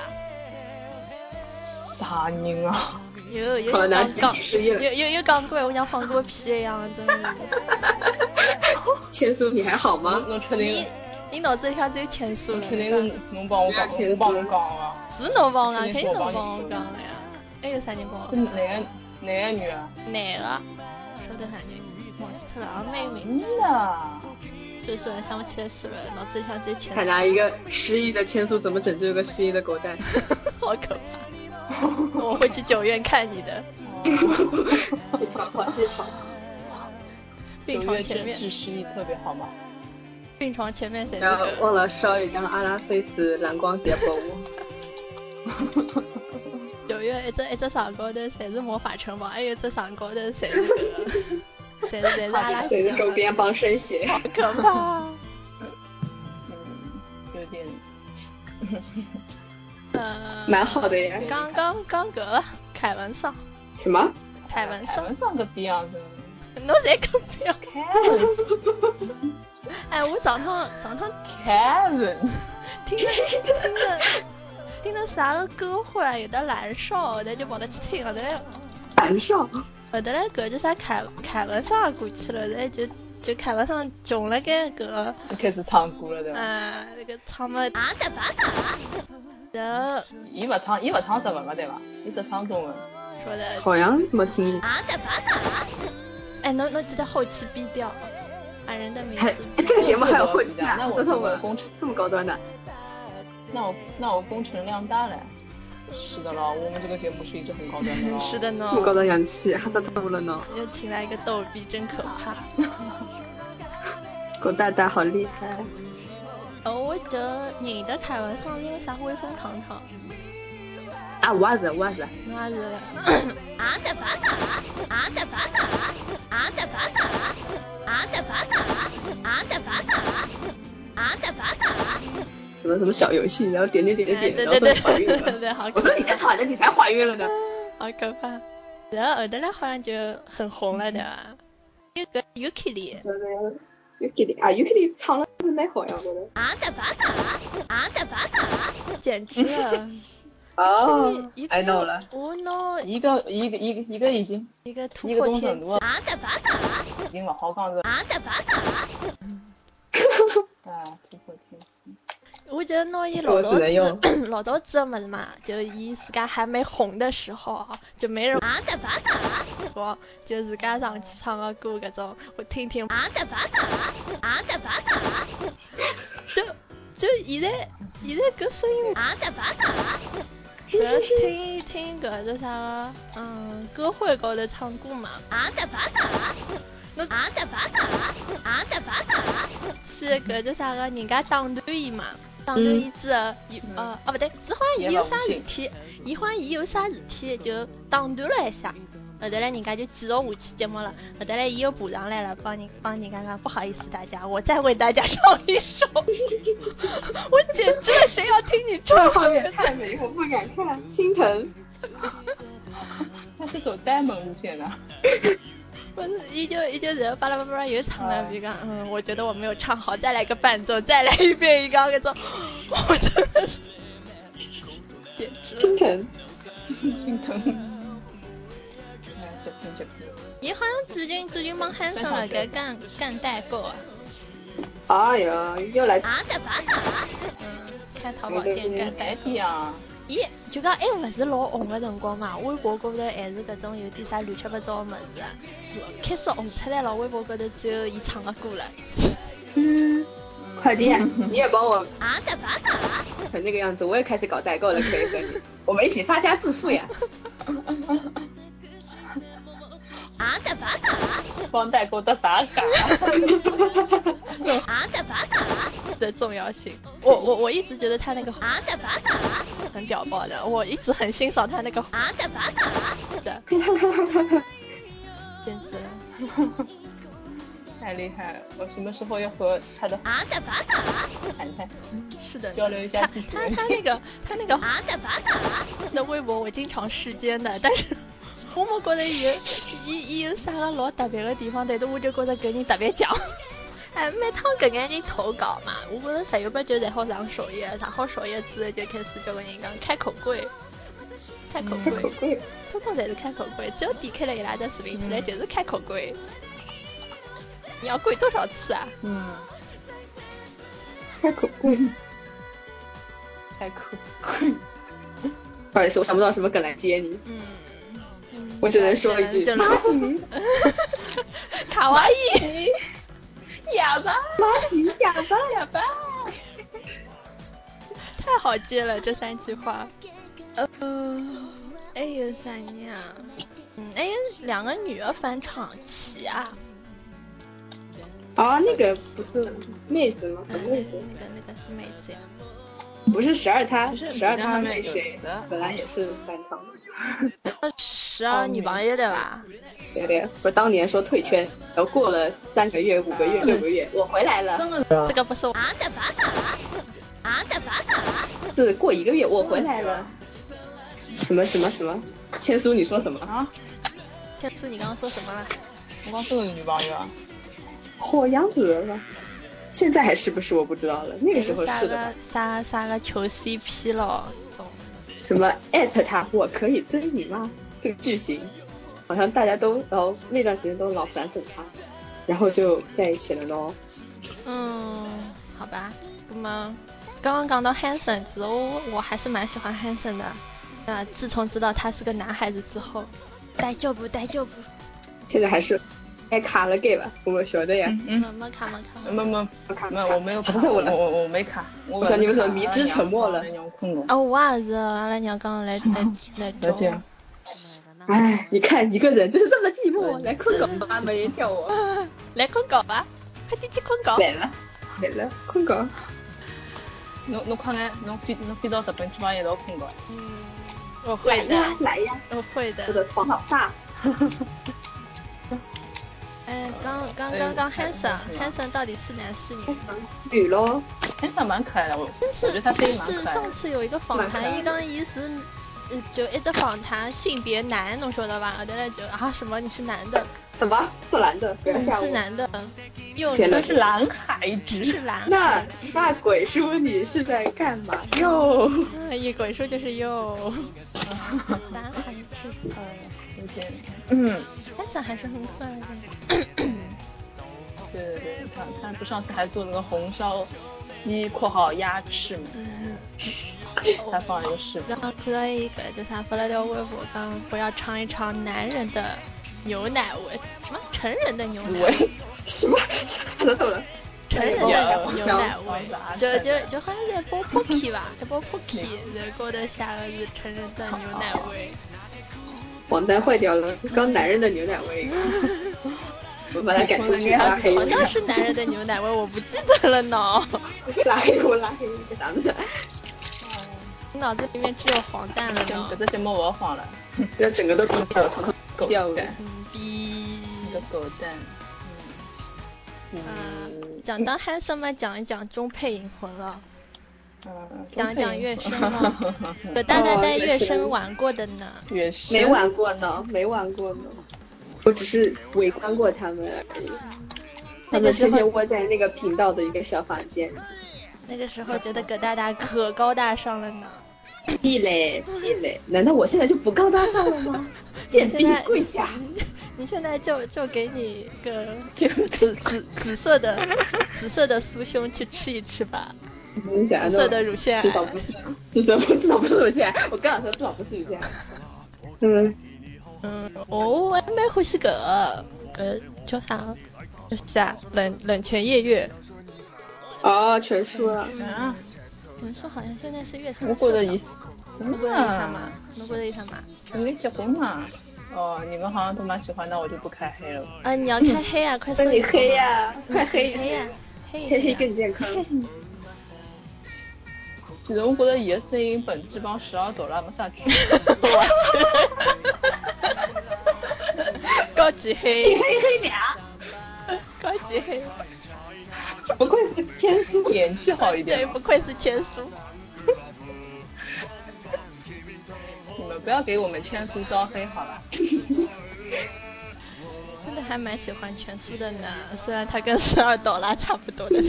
啥人啊？
有有讲讲有有有讲过，我像放过屁一样，真的。
千苏，你还 好吗？
侬确定？
你脑子里向只有千苏了。
确定是侬帮我讲，我帮侬讲啊？
是侬帮我讲，肯定侬帮我嗯讲了呀。还有啥人帮我？
是男个男个女个？
男个，说的啥人？忘记脱了，好像蛮有名
气的。
所以说想不起来是了，脑子里想只有千。
他拿一个失忆的千苏怎么拯救一个失忆的狗蛋？
好可怕！我会去九院看你的。
病床好记好。
病床前面
治失忆特别好吗？
病床前面谁？
然后忘了烧一张阿拉菲斯蓝光碟拨
我。九月一只一只上高头侪是魔法城堡，还有一只上高头侪是搿个。谁谁拉拉
谁是周边帮生写，
好可怕、啊。
嗯，有点，
呃，
蛮好的呀。
刚刚刚个凯文上。
什么？
凯文上。
凯文上个逼样子。
侬才个逼样。
凯文。
哎，我早上早上
Kevin，
听着听着听着啥个歌，忽然有的燃烧，后头就跑得去听，后头
晚上
后头来搿叫啥看看勿上过去了，然后就就看勿上穷了该搿，
开始唱歌了对伐？
啊，那个唱么啊哒吧哒，然后
伊勿唱，伊勿唱日文个对伐？伊只唱中文。
说的
好像怎么听
啊哒吧哒，哎，侬侬记得后期 B 调，俺人的名
还
字。
哎这个节目还有后 期啊？
那我
这是我
我
们
工程，
这么高端的，
嗯
那我那我工程量大了。是的咯，我们这个节目是一直很高端的
嗯
咯。
是的呢
这，么高端洋气， 还在耽误了呢。
又请来一个逗逼，真可怕。
狗大大好厉害，
哦，我觉得认得凯文上，因为啥威风堂堂，
啊我也是我也是，
那是啊哒吧哒，啊哒吧哒，啊哒吧哒，啊哒吧哒，啊哒吧哒，啊哒吧哒。
什么什么小游戏，然后点点点
哎
点
对
点，
对对
然后说怀孕
对对，
了。
好
我
可嗯
说你在
怕，
传的，你才怀孕了呢。
好可怕。然后后头来好像就很红了，对啊吧？有个 Yuki 里，
说的就给你啊，又给你唱了是蛮好呀，我觉得。
啊哒吧哒，啊哒吧哒，简直了！
哦
一个
，I know 了。
我 no
一个一个一个一个已经
一个突
一个
破
中
天
等
际
度
啊哒吧哒
已经勿好讲是，
啊哒吧哒，
哎，突破天际。
我觉得拿伊老
我
早
只能
子
用
老早子的么子嘛，就伊自家还没红的时候啊，就没人啊哒吧哒，光就自家上去唱个歌搿种，我听听啊哒吧哒啊哒吧哒， 就就现在现在搿声音啊哒吧哒。主要是听一听搿叫啥，嗯，歌会高头唱歌嘛。啊哒吧哒，侬啊哒吧哒，啊哒吧哒，去搿叫啥个，人家打断伊嘛，打断伊之后，伊呃，啊不对，只好像伊有啥事体，伊好像伊有啥事体就打断了一下。后头来人家就继续下去节目了，后头来伊又补上来了，帮人帮人家讲不好意思大家，我再为大家唱一首， 我简直了，谁要听你
这
唱？
画面太美，我不敢看，心疼。
他是走呆萌路线的，
不是，依旧依旧然后巴拉巴拉巴拉又唱了，比如讲，嗯，我觉得我没有唱好，再来个伴奏，再来一遍一个那种，我真的是简直了。
心疼，
心疼。哎，这拼这拼。
也好像最近最近帮汉森了该干干代购啊，
哎呀，又来
啊在吧？嗯，开淘宝店干代
白
购。
天啊，
咦，就讲还勿是老红个辰光嘛，微博高头还是搿种有点啥乱七八糟个物事，开始红出来了，微博高头只有伊唱个歌了。
嗯，快点，你也帮我
啊在吧？
成那个样子，我也开始搞代购了，可以和你，我们一起发家致 富呀！
啊在吧？
帮代购得啥嘎？
啊的吧的重要性。我我我一直觉得他那个啊的吧很屌爆的，我一直很欣赏他那个啊的吧 的，简直了
太厉害了！我什么时候要和他的
啊的吧
谈谈？
是的呢，
交流一下
他
技术
他他那个他那个啊的吧的微博我经常视奸的，但是。我没觉得有，伊伊有啥个老特别的地方，但是我就觉得搿人特别强。哎，每趟搿眼人投稿嘛，我觉着十有八九侪好上首页，上好首页之后就开始叫搿人讲开口跪，开口
嗯
太
跪，
可贵了，
通通侪是开口跪，只要点开了伊拉只视频起来，
嗯
就是开口跪。你要跪多少次啊？
嗯，
太可贵了。
太酷。
不好意思，我想不到什么梗来接你，
嗯，
嗯
我只能说一句
就，
妈
是啊 卡哇 伊，哑巴，
吉哑巴哑巴，
太好接了这三句话。呃，还有啥呀？嗯，还有两个女的返场起啊，
啊，那个不是妹子吗？
嗯
很
那
妹
个
子，
那个那个是妹子呀。
不是十二她，
其实
十
好
二她
像
那
有
谁
的，
本来也是翻唱的，
哦十二女朋友对吧？
对对，不是当年说退圈，然后过了三个月、五个
嗯
月、六个月，我回来了，
这个不是我。啊的吧啊的吧
是过一个月我回来了，什么什么什么，千书你说什么？
啊，
天素，你刚刚说什么了？
我刚说的女朋友啊，
火羊子吧，现在还是不是我不知道了，那个时候是的
吧。啥啥个求 CP 咯，总
什么艾特他，我可以追你吗？这个句型，好像大家都老那段时间都老反讽他，然后就在一起了咯。
嗯，好吧，那么刚刚讲到 Hanson，子欧我还是蛮喜欢 Hanson 的，啊，自从知道他是个男孩子之后，待就不待就不。
现在还是。哎，卡了 gay 吧，我们晓得呀。
嗯，没卡没卡。
没没
没卡
没，我没有 卡，
我
我我没卡。我
想你们怎么迷之沉默了？嗯
哦，我也是，阿拉娘刚 来来来
叫。
哎，你看一个人就是这么寂寞，来困觉吧，没人叫我。
来困觉吧，快点去困觉。
来了，来了，困觉。
侬侬快来，侬飞侬飞到日本去帮一道困觉。
嗯，我会的。
来呀，
我会的。
我的床好大。
哎，刚刚刚刚 Hanson，Hanson 到底是男是女？
女喽
，Hanson 哎蛮可爱的，我
但
是
是上次有一个访谈，伊讲伊是，呃，就一直访谈性别男，侬晓得吧？后头来就啊什么你是男的？
什么？是男的？
你是男的？又是
蓝海直
是蓝。
那那鬼叔你是在干嘛哟？
一鬼叔就是哟。蓝海直。
有点。
嗯。
Hanson 还是很可爱 的。
对对对，他他不上次还做了个红烧鸡（括号鸭翅）嘛，
嗯哦
他放了一个视频。
然后看到一个就是发了条微博，刚不要尝一尝男人的牛奶味，什么成人的牛奶味？
什么？啥都懂了。
成人的牛奶味，就就就好像在包 pocky 吧，在包 pocky，然后高头写的是成人的牛奶味。
网单坏掉了，刚男人的牛奶味。我把它改出去拉黑。
好像是男人的牛奶味，我不记得了呢。
拉黑我，拉黑咱们。
你脑子里面只有黄蛋了呢。
搿只节目勿黄了，
这整个都低调，从头
狗
掉
蛋，
嗯逼。
个狗蛋。
嗯，讲到 handsome 嘛，讲一讲中配银魂了。
嗯，
讲讲 月升 了，葛大大在月升玩过的呢？
月升
没玩过呢，没玩过呢，我只是围观过他们而已。他们天天窝在那个频道的一个小房间。
那个时候觉得葛大大可高大上了呢。
屁嘞屁嘞！难道我现在就不高大上了 吗？贱婢跪 下！
你现在就就给你 个紫紫紫色的紫色的酥胸去吃一吃吧。
你想
紫色的乳腺
啊至少不是，至少不至少不是乳腺，我刚想说至少不是 乳腺。嗯
嗯，哦，我还蛮欢喜搿个搿叫啥？就是啥冷冷泉夜月。
哦，全输了。
啊，
文硕好像现嗯在是月升。
我觉得伊
是。
真
觉得伊啥嘛？侬觉得伊啥嘛？
肯定结婚嘛。哦，你们好像都蛮喜欢，那我就不开黑了。
啊，你要开黑啊！快说
那你黑呀，快
黑
黑
黑呀，黑
黑黑更健康。
其实我觉得伊的声音本质帮十二朵拉没啥区
别，
完
全。 高级黑，
黑黑俩，
高级黑，
不愧是千书
全演技好一
啊对，
点。
不愧是千书。
你们不要给我们千书招黑 好了。
真的还蛮喜欢全素的呢，虽然他跟十二朵拉差不多 的。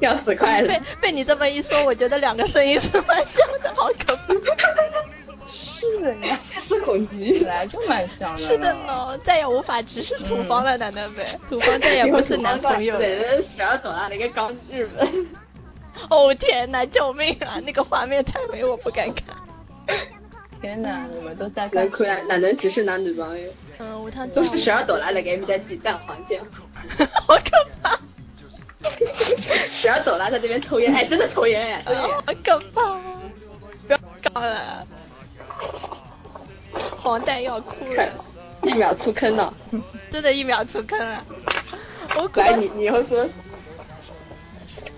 要死快了
被！被你这么一说，我觉得两个声音是蛮像的，好可怕。
是的呀，细思恐极
本。来就蛮像 的。
是的。呢，再也无法直视土方了，难道呗？土方再也不是男朋友了。
人十二朵拉那个刚日本，
哦天哪，救命啊！那个画面太美，我不敢看。
天哪，你们都在
能
干
可爱，哪能只是男女朋友？
嗯，我趟
都是十二朵拉辣盖面搭鸡蛋黄酱，
好可怕，
十二朵拉在那边抽烟，哎，真的抽烟哎，抽烟。
好可怕！不要搞了，黄蛋要哭
看
了，
一秒出坑了，
真的一秒出坑了。我
来你你以后说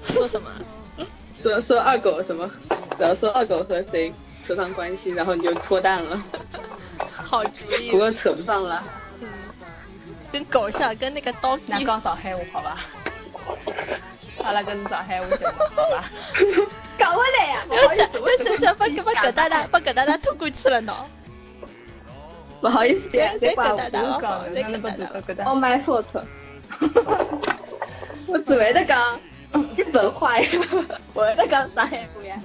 说什么？
说说二狗什么，只要说二狗和谁扯上关系，然后你就脱单 了，
好主意
不，过扯不上了。
嗯，跟狗像，跟那个刀逼
那。讲上海话好吧？阿拉搿是上海话节目好吧？
搞我啊来呀！
我想，我想想，把把葛大大，把葛大大拖过去了呢。
不好意思，
对，
别
那
挂
葛
我
大。大，
讲
好，那
那
葛
不
大
是
大。
搿搭
All 哦 my fault。
我只会得讲
嗯
日本话 呀，不会得讲上海话呀。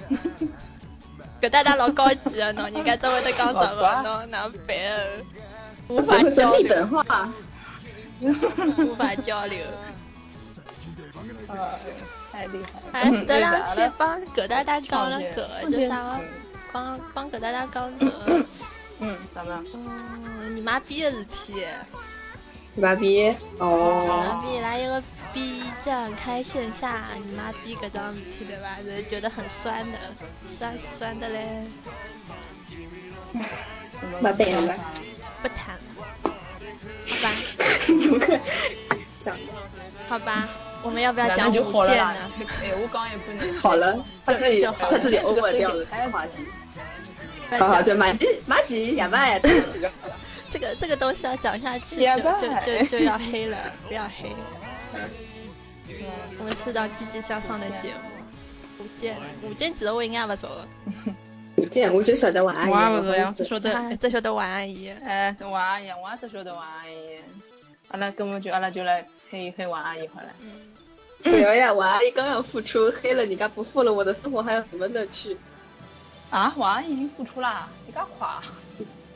搿搭搭老高级的喏，人家只会得讲日文喏，哪办哦？无
我
法
只会
交
说日
流，
本话。
无法交流。
呃，太厉害
哎
了。，嗯
得
啥
让去
了？
帮搿搭搭讲了搿，就啥个
嗯
帮帮搿搭搭讲搿，
嗯，怎么样？
嗯，你妈逼的事体。
你妈逼！
你
哦，
妈逼来一个逼这样开线下，你妈逼搿桩事体对吧？就是觉得很酸的，酸酸的嘞，
怎么
那对了
不谈了，
不会讲
好吧，好吧，我们要不要
那
讲
就
五
好了
剑
啦
呢？。
哎，我讲一半呢。
好了，他这里
就好
他这里 over 掉了这个话题。
不要
好好，
讲
对，马吉马吉亚 麦这几个。
这个这个东西要讲下去
也
就
不
就
会
就就要黑了，不要黑。我们是档积极向上的节目。五剑，五剑其实我应该不熟了。
不见，我就晓哎得我阿姨。
我也不是呀，只晓
啊
得，
这晓得王阿姨，
哎，王阿姨，我也只晓得王阿姨。哎阿拉根本就阿拉就来黑一黑王阿姨好了。
嗯
不要哎呀，我阿姨刚要复出，黑了人家不复了，我的生活还有什么乐趣？
啊，王阿姨已经复出啦，你噶 快啊！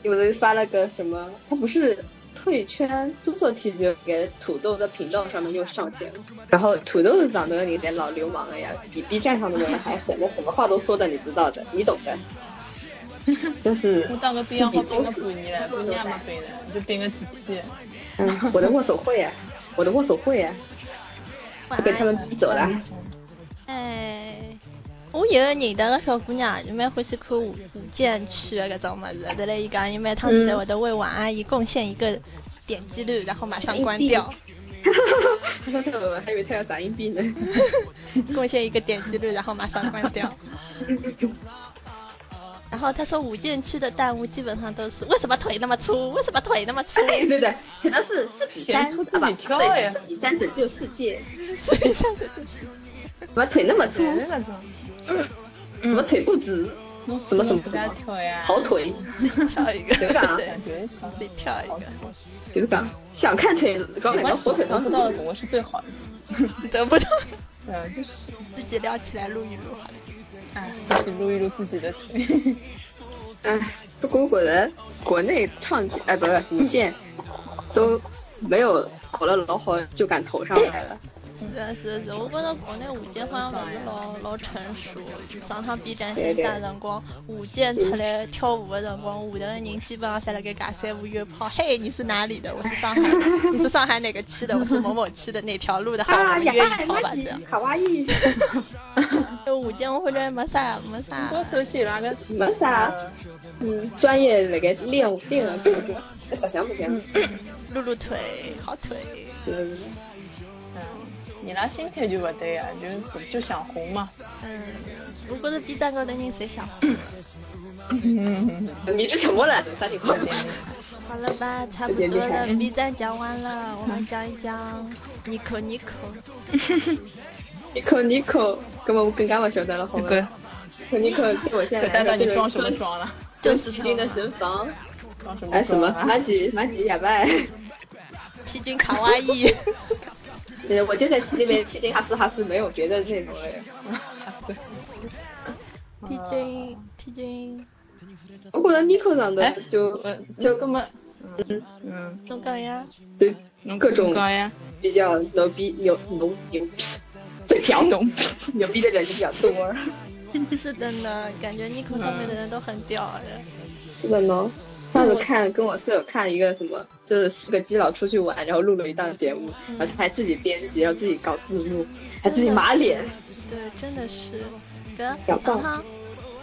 有人发了个什么，他不是退圈注册提就给土豆的频道上面又上线了，然后土豆长得有点老流氓了呀，哎比 B 站上的人还狠，那什么话都说的，你知道的，你懂的。就是
我当个 兵好兵了半年了，半年也没兵了，就兵个几天。
嗯，我的握手会呀、我的握手会呀、
王
被他
阿
们
姨。
逼走 了。
哎，我有个认得个小姑娘，就蛮欢喜看五五剑去啊的搿种物事。后来伊讲，伊每趟子会得为王阿姨贡献一个点击率，然后马上关 掉，
他说这个，还以为他要打硬 币呢。
贡献一个点击率，然后马上关掉。然后他说五剑区的弹幕基本上都是为什么腿那么粗？为什么腿那么粗？
对对对，全都是四比三，
显出
是
自己
吧？
挑
对
呀，
四比三拯救世界。
所以像是
怎么腿那么粗？
那嗯种，
怎么腿不直？什么什么
自
什
家
么？
跳呀？
好腿，
跳 一个，
真的啊
对，
对，
自己跳一个。
就是讲想看腿高
我
两个火腿肠
知道的总归是最好的。
得不到，
嗯，就是，
自己撩起来录一录好了。
哎，自己撸一撸自己的腿。
哎，不过我觉得国内唱见哎，不是福建都没有搞了老好就敢投上来了。
是的是的是的，我觉着国内舞剑好像勿是老老成熟。上趟 B 站线下的辰光，舞剑出来跳舞的辰光，下头的人基本上侪辣盖尬三胡约炮。 嘿，你是哪里的？我是上海的， 你是上海哪个区的？我是某某区的哪条路的？好，我
啊，
们
亚
约
爱
一炮
马
吧，这
吉
样。，
卡 哇伊，
就舞剑，我会觉着没啥没啥。
我首先那个
没啥，嗯，专业那个练练了这个，不行不行，
露露腿，好腿。
嗯，
嗯，伊拉心态就不对呀，就是就想红嘛。
嗯，我觉着 B 站高头人侪想。
嗯，
迷之沉默了，三里 花。
好了吧，差不多了，B 站讲完了，我们讲一讲 Nico Nico。
你口你口，根本我更加不晓得了，好吗？
搿
你可给我现在
蛋蛋
来
你
个这
装
个
什么哦装了？
正十斤的神防，
装啊什么？
哎什么马吉马吉哑 巴，
七君卡哇伊，
呃我就在七里面七斤哈斯哈斯，没有别的内容了。
嗯
七君七君，
我觉得 Nico 长得
哎，
就
就根本，嗯
侬讲呀？
就各种
高呀，
比较牛逼牛牛牛逼，嘴瓢 牛逼牛逼的人就比较多。
是的呢，感觉 Nico 上面的人都很屌的。
是的呢，上次看跟我室友看一个什么，就是四个基佬出去玩，然后录了一档节目，然后他还自己编辑，然后自己搞字幕，还自己码脸。
对，真的是。搿
屌爆
上趟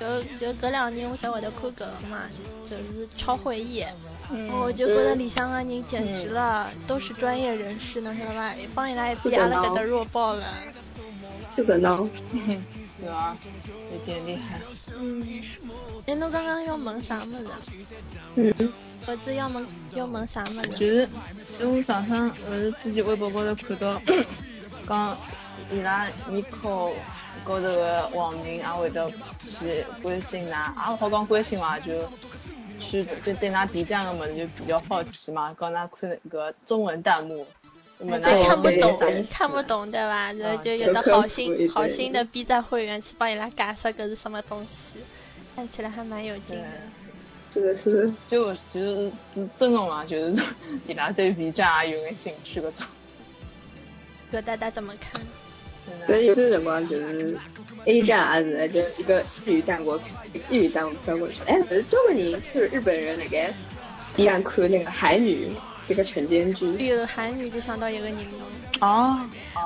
搿就搿两年我才会得看搿个嘛，就是超会议。哦我就觉得里向个人啊简直了，
嗯
都是专业人士，侬晓得伐？帮伊拉一比，阿拉搿搭弱爆了。
是的呢，
对啊，有点厉害。
嗯，哎，侬刚刚要问啥物事？
嗯，
不是要问要问啥啊物事？
就是，就我上趟勿是自己微博高头 看到，讲伊拉尼考高头个网啊民也会得去关心㑚，也勿好讲关心嘛，就去就对㑚 B 站个物事就比较好奇嘛，讲㑚看搿中文弹幕，对
嗯对，看不懂
对，
看不懂对吧？然后就
小
有的
科
好
普一
心
点
好心的 B 站会员去帮伊拉解释搿是什么东西，看起来还蛮有劲的。
是的，是的，
就我其实是真的嘛，就是 伊拉对 B 站啊也有眼兴趣搿种。
搿大家怎么看？
所
真
以有些辰光就是 A 站也是就是一个日语弹国日语弹国飘过去。哎，可是中国人就是日本人那个一样看那个韩语这个晨间剧，
有韩语就想到一个人咯，
的。啊啊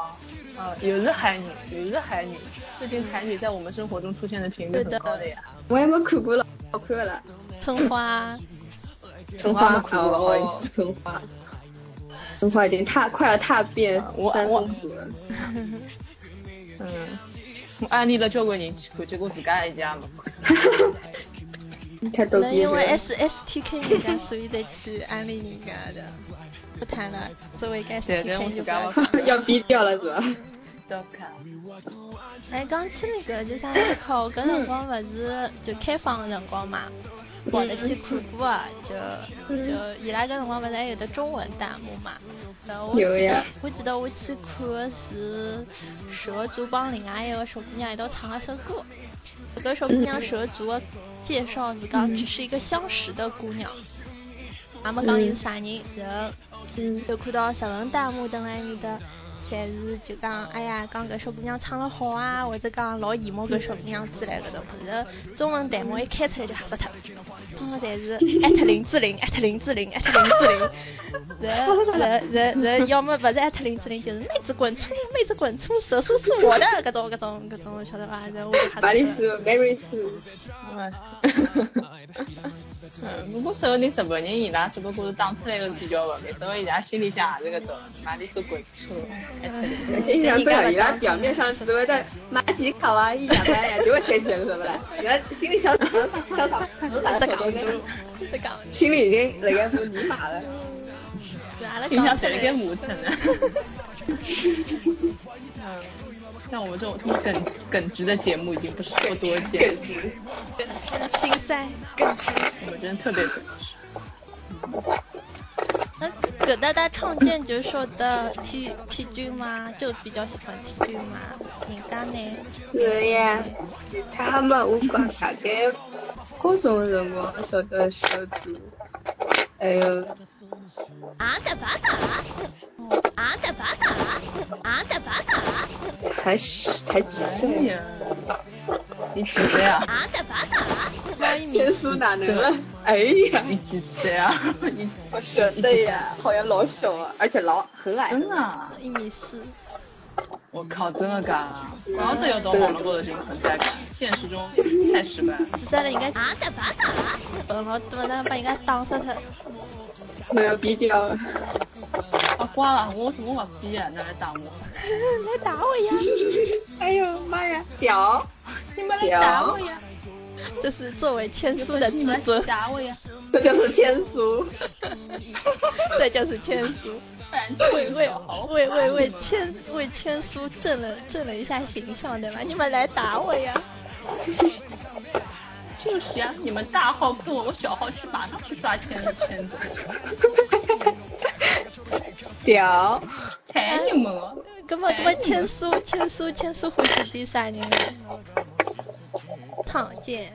啊！有日韩女，有日韩女，最近韩女在我们生活中出现的频率
对的
很高的呀。
我也没看过了，好看了。
春 花，
春花
没
没
看
看
过
过，不好意思，春花。春花已经踏快要踏遍
我
三
我
公主了，
嗯，我安利了交关人去看，结果自家一家没看。
太逗
可能
逼
因
了
为。S S T K 人家，所以再去安利人家的。不谈了，作为一个 S T
对但我
K
自
就不
家
要
不看
看。
要逼掉了是吧？
都看。
哎，讲起那个就啥也好，搿
嗯
辰光勿是就开放的辰光嘛，跑得去看过啊，就
嗯
就伊拉搿辰光勿是还有的中文弹幕嘛。然后我记
有
得
呀
我记得我去看的是蛇族帮啊另外一个小姑娘一道唱了首歌，搿个小姑
嗯
娘蛇族的介绍是讲只是一个相识的姑娘，也没讲伊是啥人，然后。
嗯，
就看到日文弹幕等来面的，侪是就讲，哎呀，讲搿小姑娘唱了好啊，或者讲老羡慕搿小姑娘之类搿种物事。然后中文弹幕一开出来就吓死脱，通常侪是艾特林志玲，艾特林志玲，艾特林志玲。然后，然后，然后，然后，要么勿是艾特林志玲，就是妹子滚出，妹子滚出，手术是我的，搿种搿种搿种，晓得伐？然后我就吓死
玛丽
脱
苏
了。
，Mary Sue，
嗯，嗯，不过所有人日本人伊拉只不过是打出来个比较文明，所以伊拉心里啊向也是搿种，哪里是滚出，还是
我心想对了，伊拉表面上只会在马吉卡哇伊呀呀，就会开拳是不啦？伊拉心里想死想打死打
在
手
讲
工那
都
个，，
在讲，
心里已经那个说尼玛了。
就阿拉
心
讲
想
出
谁
来。
跟母亲呢？ 嗯，像我们这种这么耿耿直的节目已经不是不多见了，
心塞，更心塞。
我们真的特别耿直。
那葛大大创建就说的 T T 君吗？就比较喜欢 T 君吗？人家呢？
是哎呀，其他嘛，我讲大概高中的辰光晓得小组，还有
啊的巴达，啊的巴达，啊的巴达，
才十才几
哎
岁呀，
呀，你几岁啊？
啊的巴达，猫一鸣
天数哪能了？哎呀，
你几岁啊？ 你
我晓得呀，好像老小啊，而且老很 矮。
真的啊？
一米四，
我靠，真的假啊？然后这有种网络高头寻存在感，现实中太失败了。
只在了人家啊的呃巴达，笨老多，那把人家打死他。
没有逼掉了。
啊，挂了，我怎么把逼啊？拿来打我？
来打我呀！
哎呦妈呀，屌！ 哎
你们
来打 我
呀！
这是作为千书的自尊，
打我呀！
这就是千书。
这就是千 书。
反
为
正
为为为为千为千书正了正了一下形象，对吧？你们来打我呀！
就是呀，你们大号喷我，我小号去马上去刷签子签子，
屌！
踩你们！
根本他妈千书千书千书会是第三人躺见，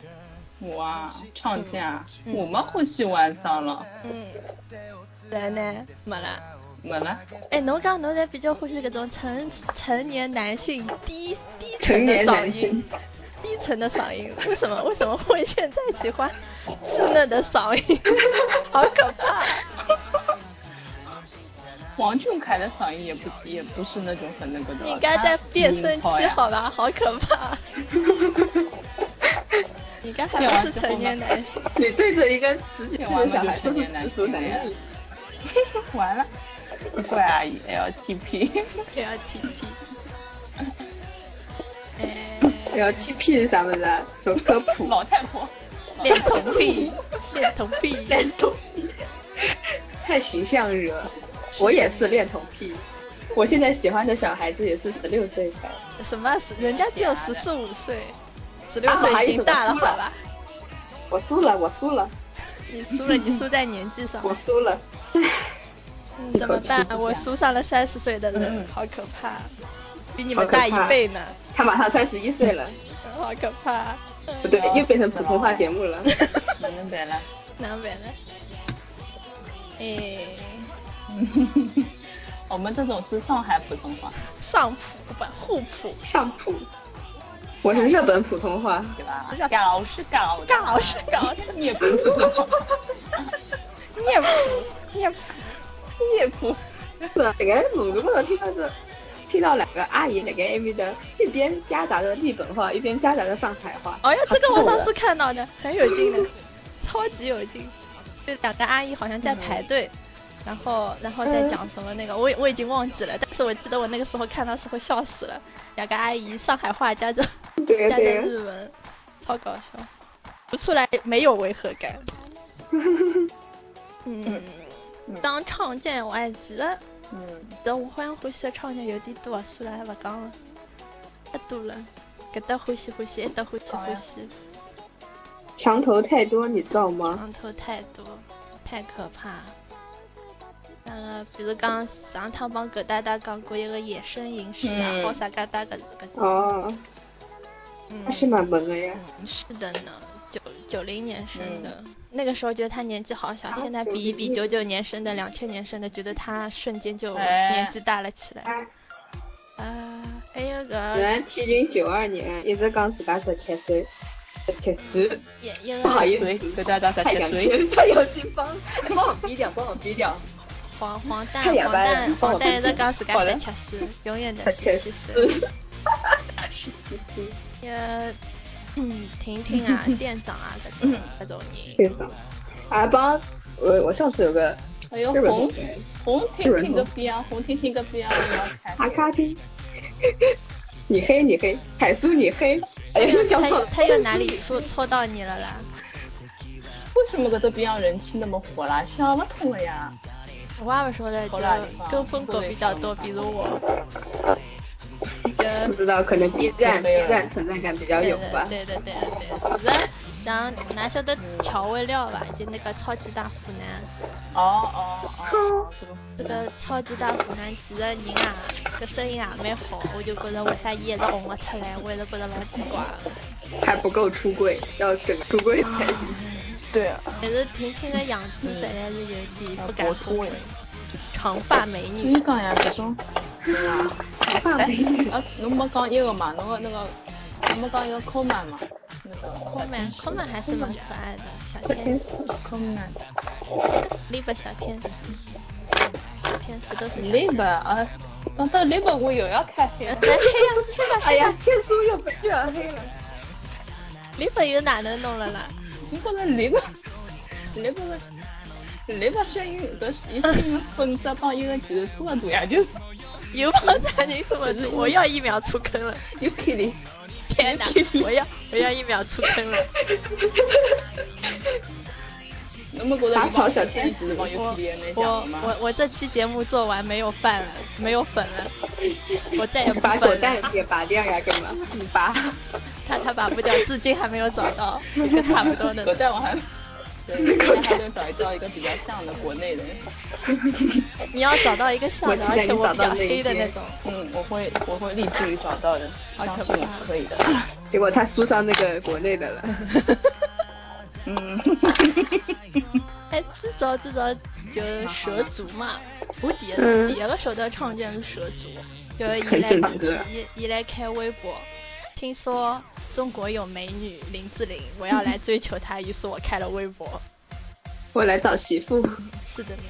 我啊，吵架，我们欢喜晚上了，
嗯，然呢，没了。
没了。
哎，侬讲侬侪比较欢喜搿种成成年男性低低
成
沉的
年
嗓
男性
音，低沉的嗓音，为什么为什么会现在喜欢稚嫩的嗓 音？好可怕！
王俊凯的嗓音也不也不是那种很那个的。
你该在变声
他
期
呀
好吧？好可怕！ 你刚还不是成年男性，
你对着一个十几岁
这完
的小
了
孩
就成
都是
年男
成熟
性
男
了
人，，
完了，怪阿姨 LTP，
不要 TP。哎，
要 TP 是啥么子啊？做科普。
老太婆，
恋童癖，恋童癖，
恋童癖，太形象惹。我也是恋童癖，我现在喜欢的小孩子也是十六岁的。
什么？人家只有十四五岁，十六
啊还
岁
有
已经大了，好
什么
吧？
我输了，我输了，
你输了，你输在年纪上。
我输了。
一
怎
口
么
气
办？我输上了三十岁的人，
嗯
好可怕，比你
好
们
可
大一
怕
倍呢，
他马上三十一岁了，
好可怕。
不对，又变成普通话节目哦了。
哪能办呢？
南北呢？诶，
我们这种是上海普通话，
上普不互 普，
上普，我是日本普通 话，
对吧？搞是搞的，
啊搞是搞的，
你也不是普 通话。
念普念普念普，
是啊，这个路路上听到这，听到两个阿姨那个埃面的，一边夹杂着日本话，一边夹杂着上海话。
哎呀，这个我上次
看
看到的， 很有劲的，超级有劲。就两个阿姨好像在排队，然后然后再讲什么那个，我也我已经忘记了，但是我记得我那个时候看到时候笑死了，两个阿姨上海话 加着
过的对
加着
对。
日文，超搞笑，读出来没有违和 感。嗯，当创建我爱极了，
嗯，
但我欢欢喜的创建有点多，算啊了，还勿讲了，太多了。搿搭欢喜欢喜，埃搭欢喜欢喜，
墙头太多，你知道吗？
床头太多，太可怕。那个，比如讲上趟帮葛大大讲过一个野生饮食啊，
嗯
好啥嘎达搿搿种，
哦，
嗯
那，是蛮萌的呀。
嗯是的呢，九九零年生的，那个时候觉得他年纪嗯好小，
啊
现在比一比
90
九九年生的、两千年生的，觉得他瞬间就
哎
年纪大了起来。
哎
啊，还有
原
个
来天君九二年，一直讲自家十七岁，十七岁，
也一
不好
个
意思，
给大家打
太
些
阳
水。
圈，太阳金帮，帮我逼掉，帮我逼掉，
黄黄蛋
太哑
黄
巴了
蛋
帮
黄
我
蛋一
闭
直
嘴
讲自家
好
十
的
七岁，永远
十
的
七
七岁。
岁，十七岁，
也嗯，婷婷 啊，店长啊，这种这种人，
对吧？啊，帮我我上次有个
还有
日本
红
同学，
红婷婷个逼啊，红婷婷个逼啊，我要
阿
看。
卡丁，你黑你黑，海苏你黑，哎呀，讲
他
错了，
他又 哪里戳戳到你了啦？
为什么搿只逼啊人气那么火啦？想不通了呀！
我也不说的，就
好啦你吧
跟风狗比较多，比如我。
不知道，可能 B 站 B 站存在感比较
对
有
的
哎吧。
对的对的对的，是像哪晓得调味料吧？就那个超级大湖南，
哦哦哦，这个
这个超级大湖南其实人啊，搿声音也蛮好，我就觉着为啥伊一直红了出来，我一直觉着老奇怪。
还不够出柜，要整个出柜才行。
对啊，
但是婷婷的样子实在是有点不敢
国
恭
突
维
哎，。
长发美
所
女
以。讲呀，搿种
头发美女，
啊，侬没讲一个嘛，侬个那个，侬没讲一个抠门嘛，那个
抠门，抠门还是蛮可爱的小天使，
抠门。
那个小天使，小天使都是小天
日
使
本。啊，讲到日本我又要开黑了
哎。呀，
哎呀，千苏又被又要黑了。
日本又哪能弄了啦？
你觉着日 本，日本个，日本声音搿伊声音本质帮英文其实差勿多呀，就是
有帮啥人这么做？我要一秒出坑了！
有口音。
天哪，我要我要一秒出坑了！
侬没觉着
打草小天
使帮有
我
口音来
我
讲吗？
我我这期节目做完没有饭了，没有粉了，我再也不
把狗
粉
蛋
了。
也拔掉呀，干嘛？你 拔？
他他拔不掉，至今还没有找到，跟差不多
狗
的。
蛋 我还。对，现在还能找到一个比较像的国内的，
你要找到一个像的，
我期
而
待
且
你
我
找
比较
到那一
黑的那
天
种。
嗯，我会我会立志于找到的，
好
相
可
信我
怕
可以 的，
结果他输上那个国内 的了。
嗯，
哎，至少至少就是蛇族嘛，我第一第一个收到创建是蛇族，就是伊
嗯很
来
正常的
伊伊来开微博，听说中国有美女林志玲，我要来追求她，于是我开了微博。
我来找媳妇，
是的呢，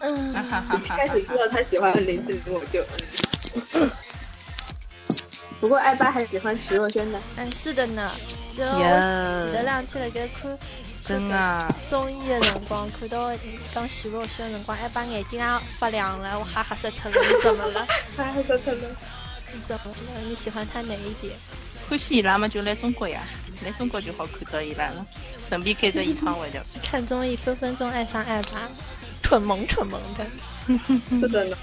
嗯，
哈哈哈哈
开始知道他喜欢林志玲，我就。嗯不过艾巴还喜欢徐若瑄呢。
嗯是的呢，就
呀
前两天辣盖看。
真啊
综艺的辰光，看到讲徐若瑄的辰光，还把眼睛也发亮了，我哈哈死脱了，你怎么 了？
他还说他呢。
你怎么了？你喜欢他哪一点？
欢喜伊拉嘛，就来中国呀，来中国就好看到伊拉了，顺便开只演唱会了。
看综艺分分钟爱上艾巴，蠢萌蠢萌的，
是的呢，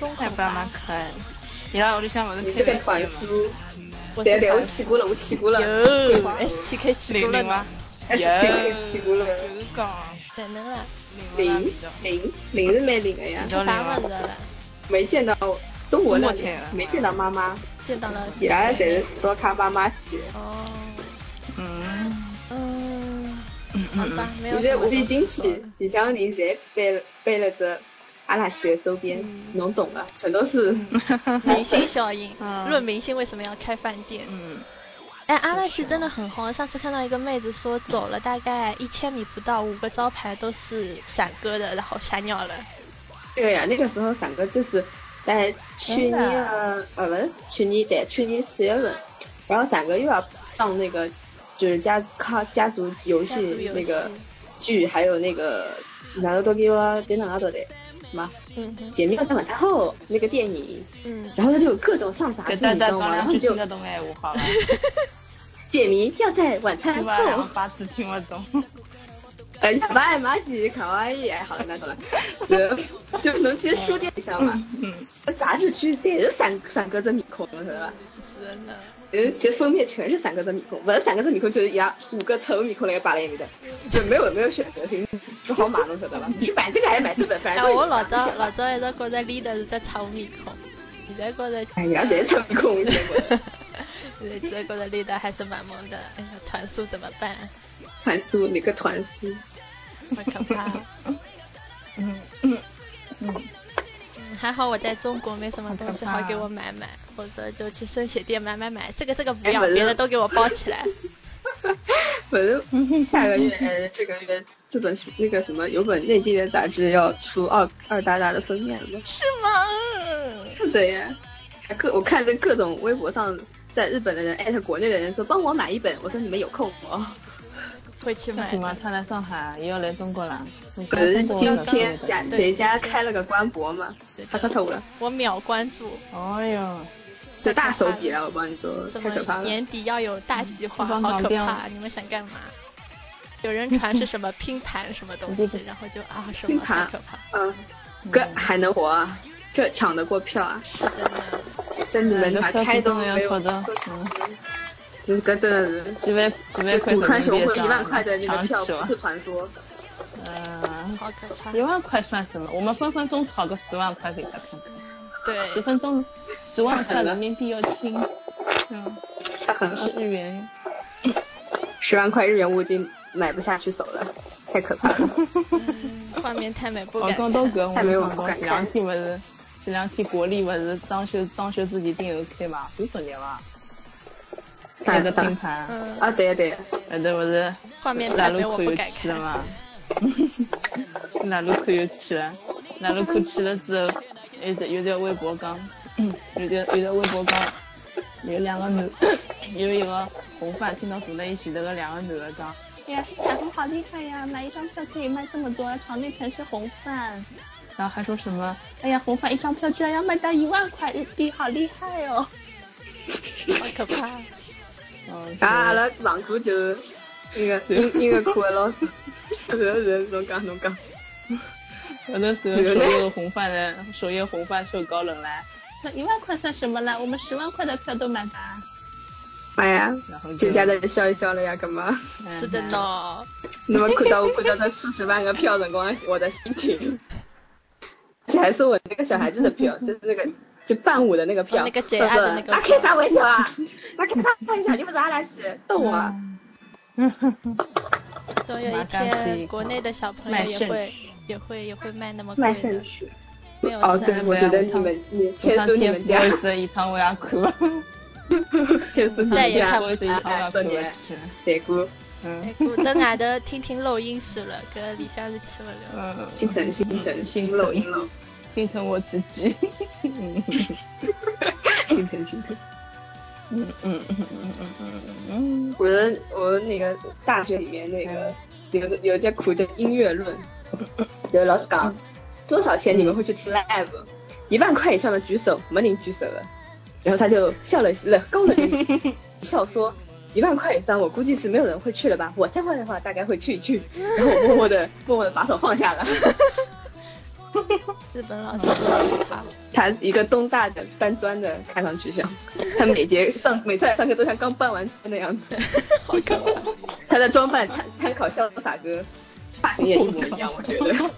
疯
哎，
狂
爸蛮
吧！
可爱的，伊拉屋里向勿是
你这
开
个
饭
团
店嘛？
叔。
我
对嗯对，我
是
起过了，我起过了。
哟，STK 起
零
过了
零
呢
伐？，
哎
有
起过了，起过了。
就是讲，
哪能啦？
零零零是蛮灵的呀，
叫
啥么
零
子
啊
了？
没见到中国
中国
的
亲人，
啊
没见到妈妈，
见到了。
伊拉侪是到看爸妈去。
哦，
嗯
嗯，
嗯
好
嗯
吧，没有
我
什
觉
么嗯多说
得
的。
无比惊喜，里向人侪背了背了着阿拉西的周边
嗯，
侬懂的，全都是。
明星效应，
嗯
论明星为什么要开饭店？
嗯
哎，阿拉西真的很红。啊上次看到一个妹子说，走了大概一千米不到，五个招牌都是闪哥的，然后吓尿了。
对呀，那个时候闪哥就是在去年的呃不是去年对去年四月份，然后闪哥又要上那个就是家靠家族游
家族
戏
游
那个
戏
剧，还有那个哪个都给我别哪个的什么
嗯哼
解密二三晚太后那个电影，
嗯，
然后他就有各种上杂
搿
志，
搭
你知
搭讲
道吗？然
两
后
句
你就
听得懂闲话好伐？
解谜要在晚餐
是吧？
后
两八字听勿懂。
哎呀，妈呀，马吉卡哇伊，哎，好了，那懂了。呃，就能去书店里向嘛，呃
嗯，
杂志区侪是三三个字面孔，晓得吧？
是真的。
呃，其实封面全是三个字面孔，不是三个字面孔就是伊拉五个丑面孔来摆在一面的，就没有没有选择性，不好买，侬晓得吧？你去买这个还是买这个，反正
哎，
都有
我老早
选择
老早一直觉着 leader 是只臭面孔，现在觉着。
哎，伊拉侪是丑面孔，我觉 得
对，这个的力道还是蛮猛的。哎呀，团速怎么办？
团书哪个团书？
好可怕！
嗯嗯嗯，
嗯，还好我在中国没什么东西好给我买买，否则就去生鲜店买买买。这个这个不要，
哎不是
别的都给我包起 来。
反正下个月、呃这个月这本书那个什么有本内地的杂志要出二二达达的封面了。
是吗？嗯
是的呀，还各我看这各种微博上在日本的人艾特国内的人说帮我买一本，我说你们有空吗？
会去
那
买
什么，
的。
他来上海，也要来中国啦。你
可
想
是
中国
今
哪个
天
国家
贾谁家开了个官博嘛
对，
他上头了，
我秒关注，
哎哟，
这大手笔啊！我帮你说，
什
太可怕
么
了。
年底要有大计划，
嗯
好可
放旁
怕！你们想干嘛？有人传是什么拼盘什么东西，然后就啊什
嗯拼
么太
盘
可怕，
嗯，哥还能活啊？这抢得过票啊？
是真的。
这你们打开都没
要
有
吵，着，嗯，
这个真的是。
几万几万块人
骨川
民
雄
币
会
的
一万块的那个
抢
票
死
不
了
是。传说，
嗯，
好可怕
一！万块算什么？我们分分钟炒个十万块给他看，十
对，
分钟十万块人民币要亲，嗯，
他很
不是日元哟。
十万块日元我已经买不下去手了，太可怕了。
嗯画面太美，不
我
敢看。
讲 到搿，我
太没有
就想
不
到
敢
前两
看
天勿是，前两天国力勿是装修装修自己店头开嘛，有昨日伐？
啥
开
的
个拼盘，
嗯，
啊，对呀对呀，
后头勿是
画面
拉
太美，
鲁
我
库
不
又
敢
去了
看。
嘛？拉鲁库又去了，拉鲁库去了之后，有条有条微博讲，有条有条微博讲，有两个男，有一个红发听到坐在一起头个两个男的讲。哎呀，小红好厉害呀！买一张票可以卖这么多，场内全是红饭。然后还说什么？哎呀，红饭一张票居然要卖到一万块日币，好厉害哦！
好可 怕！
嗯，
啊，阿拉网课就那 个音音乐课的老师， 是是，侬讲侬讲，
有的时候首页红饭的首页红饭受高冷啦，那一万块算什么啦？我们十万块的票都买吧。
哎呀
然后，
就家在这笑一笑了呀，干嘛？
是的
嗯
呢，
那么看到我看到这四十万个票的光，我的心情，而且还是我那个小孩子的 票，就是那个就伴舞的那个票，
哦那个解压的那个
他说啊开啥玩笑啊？那开啥玩笑？你不是阿拉西逗我啊？
嗯总有一天国内的小朋友也会也会也会卖那么贵
卖肾
的，
去。
没有
哦，对，
肾。
我觉得你们你
我
签
上
署你
天
们
不
家，
会的演唱会也 看了，
签署你
再
们
也
家哎
看，不
的演唱会也看不去。
对姑，
哎
嗯，
古登外头听听录音室了，搿里向是去勿了。
嗯，
心疼心疼，
心
楼
疼
阴楼。
心疼我自己。嗯
心疼心疼。
嗯嗯嗯嗯嗯嗯
我的我的那个大学里面那个有个有一节课叫音乐论，有老师讲多少钱你们会去听 live，一万块以上的举手，没人举手了。然后他就笑了冷高冷地笑说。一万块以上，我估计是没有人会去了吧？我三万的话，大概会去一去。然后我默默的、默默的把手放下了。
日本老师都是他，
他一个东大的搬砖的，看上去像，他每节 上每次来上课都像 刚搬完砖的样子。
好可怕！
他的装扮参参考潇洒哥，发型也一模一样，我觉 得。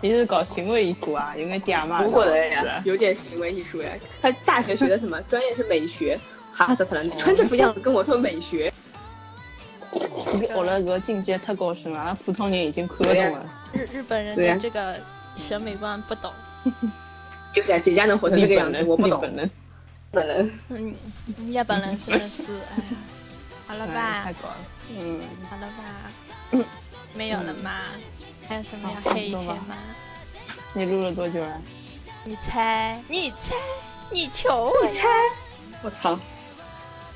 你是搞行为艺术啊？有没有嗲嘛？
我觉得 呀，有点行为艺术呀。他大学学的什么？专业是美学。哈萨克人穿这副样子跟我说美学，
你学了个境界太高深了，那普通人已经看不懂了。
日日本人的这个审美观不懂。
就是啊，姐家能活成这个样子，我不懂。
日本人，
本人，
嗯，日本人真的是，哎，好了吧，
太高了，嗯，
好了吧，没有了吗？还有什么要黑一黑吗？
你录了多久啊了？
你猜，你猜，你求我
猜，我操！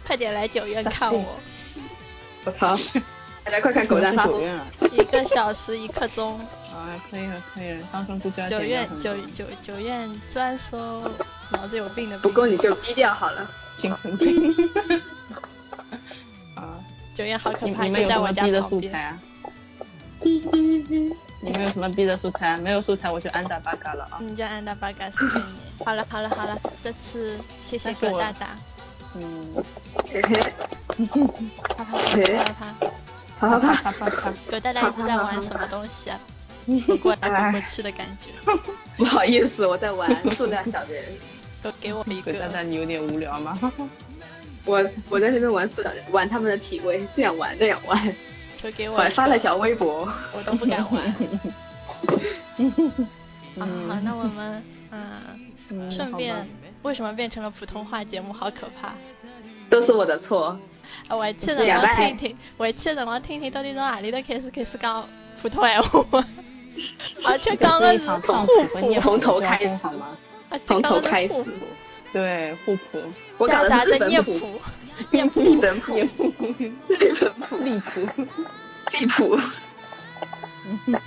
快点来九院看我！
我 操！大家快看狗蛋发 疯！
一个小时一刻 钟。
啊，可以了，可以了，当中估计要
九院九九九院专收脑子有病的病。
不够你就逼掉好了。
精神病。 啊！
九院好可怕，
你们有
在
什
我
么
家
逼的
旁
素
边
材啊？
嗯
你们有什么逼的素材？没有素材我就安打八嘎了啊！
你就按大八嘎死给你。好了好了好了，这次谢谢
但是
葛
我
大大，
嗯，
嘿嘿
啪啪啪啪啪啪，
好好
啪啪
看，
啪啪，
葛大大一直在玩什么东西啊？滚过
哎
来滚过去的感觉，
不好意思，我在玩塑料小人，
都给我一
鬼蛋
个。
蛋你有点无聊吗？
我我在这边玩塑料人，玩他们的体位，这样玩那样玩，
就给
我
我
还
一
发了嗯
个，
条微博。
我都不敢玩。啊，好，那我们嗯，顺便为什么变成了普通话节目？好可怕！
都是我的错，
啊，我还记得
两
我
百
听听，我还记得我听听到底从哪里头开始开始讲普通 话，啊而且讲
这
的
是一
是啊
场
互
上
补，
普和涅
从
普
头
的交
开
锋
始
好吗？
而且
从
讲
头
的是
开
互
始
补。
对，互补，
我搞的
夹
是
杂着
日本
念
谱，
谱，念 谱，
日本谱，
互补，
日本谱，
力 谱。
地谱。
呃，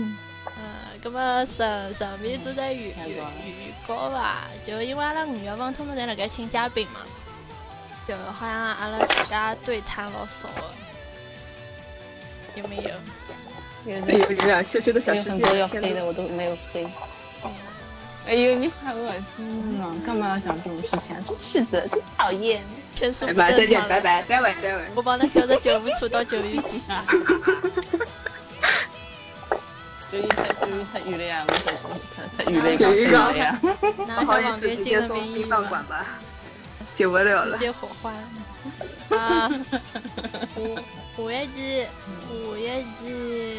咁么顺顺便做只预预预告伐，就因为阿拉五月份通通侪辣盖请嘉宾嘛，就好像阿拉自家对谈老少的，有没有？
有
哎
的
呦，你们俩羞羞的小
有
世
很
界
多，要
天
黑
哪
的我都没有黑。
嗯
哎呦，你好恶心啊！干嘛要讲这种事情啊？真是的，真讨厌。
天数
拜
不
拜，再
正
见，
常
拜
了，
拜，再会，再会。
我帮侬叫只救护车到九院去。
就一太就一太愚了呀！我太太太愚了，
九一
太
高
了呀！
那
不好
在
意
旁
思，
边
直
进
接
了
送
殡仪
殡葬馆吧，解不了 了
直。接火花。啊，下下一期，下一期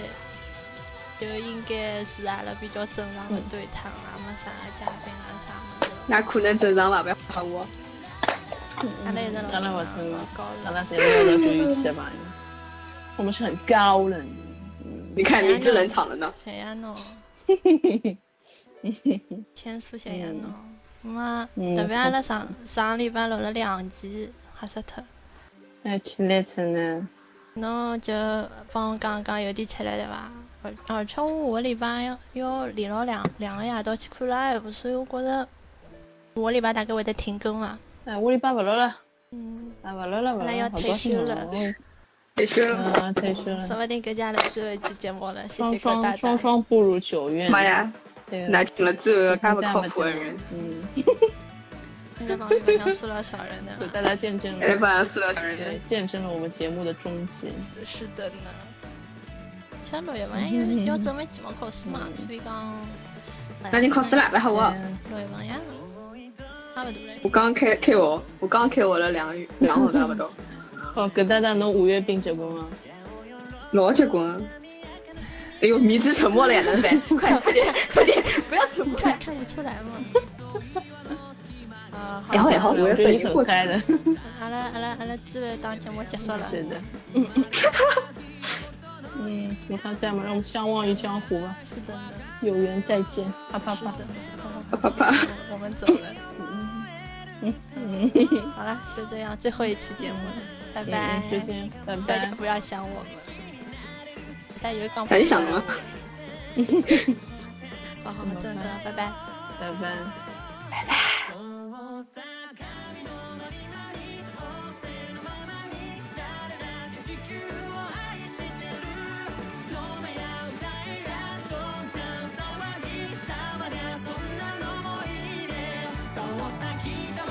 就应该是阿拉比较正常的啊对谈啦，没啥嘉宾啊啦啥么子。
那可能正常吧，不要喊我。
阿拉一直老
阿拉我
正
真
老
的
高，
阿
冷
拉。才聊到这一期吧。我们是很高冷的，
你看你制冷场了呢。
谁呀侬？千苏谁呀侬？嘛，
嗯
特别阿拉上
确
上礼拜录了两集，吓死脱。
哎，吃力真呢。
侬就帮我讲讲有点吃力对伐？而而且我下个礼拜要要连牢两两个夜到去看 live，所以我觉着下个礼拜大概会得停更伐。
哎，我礼拜不录了，
嗯，
哎，不录了，不录
阿拉要
了，好
退
高
休
兴
了
哦！
退休了。
嗯，退休了
说。不定搿家了最后一期节目了，谢
双
谢各大
双
大
双。双步入九月。
妈呀，
对啊，
哪请了这个
那
那么靠谱的人？
嗯，
现在旁边像塑料小人呢
给。大家见证
哎，
了，
把塑料小
对
人。，
见证了我们节目的终结。
是的呢。其实六月份因为要准备期末考试嘛，所以讲。
那你考试了，办好我。
嗯
六月份呀，差不多嘞
我。刚开开学，我刚开学了两 个月，两个号头差不多。
哦，搿搭搭侬五月病结棍伐？
老结棍了。哎呦，迷之沉默了呀，哪 能办？快快点快点，不要沉默。
看看不出来吗？啊，好
然后然后
我
五月
觉得
份已
你
经
很
过去
嗨
了。
的，
阿拉阿拉阿拉这个当节目结束了，
对的。嗯，你看这样吧，让我们相忘于江湖吧，
是的呢，
有缘再见，啪啪
是
啪。
的呢，
啪啪啪
我们走了，
嗯，
好了，就这样，最后一期节目了，拜拜
嗯，就这样，拜
大家
拜。
不要想我们，大家有讲
想一想的吗？
哦好好，真的，拜拜。
拜拜。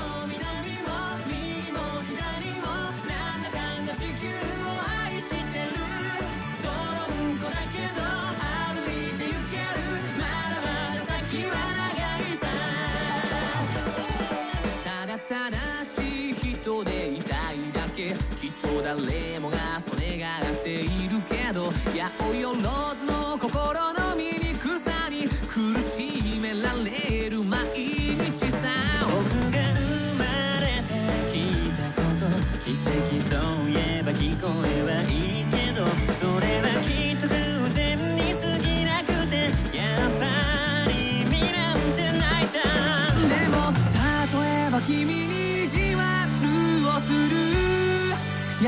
「どんこだけど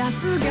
す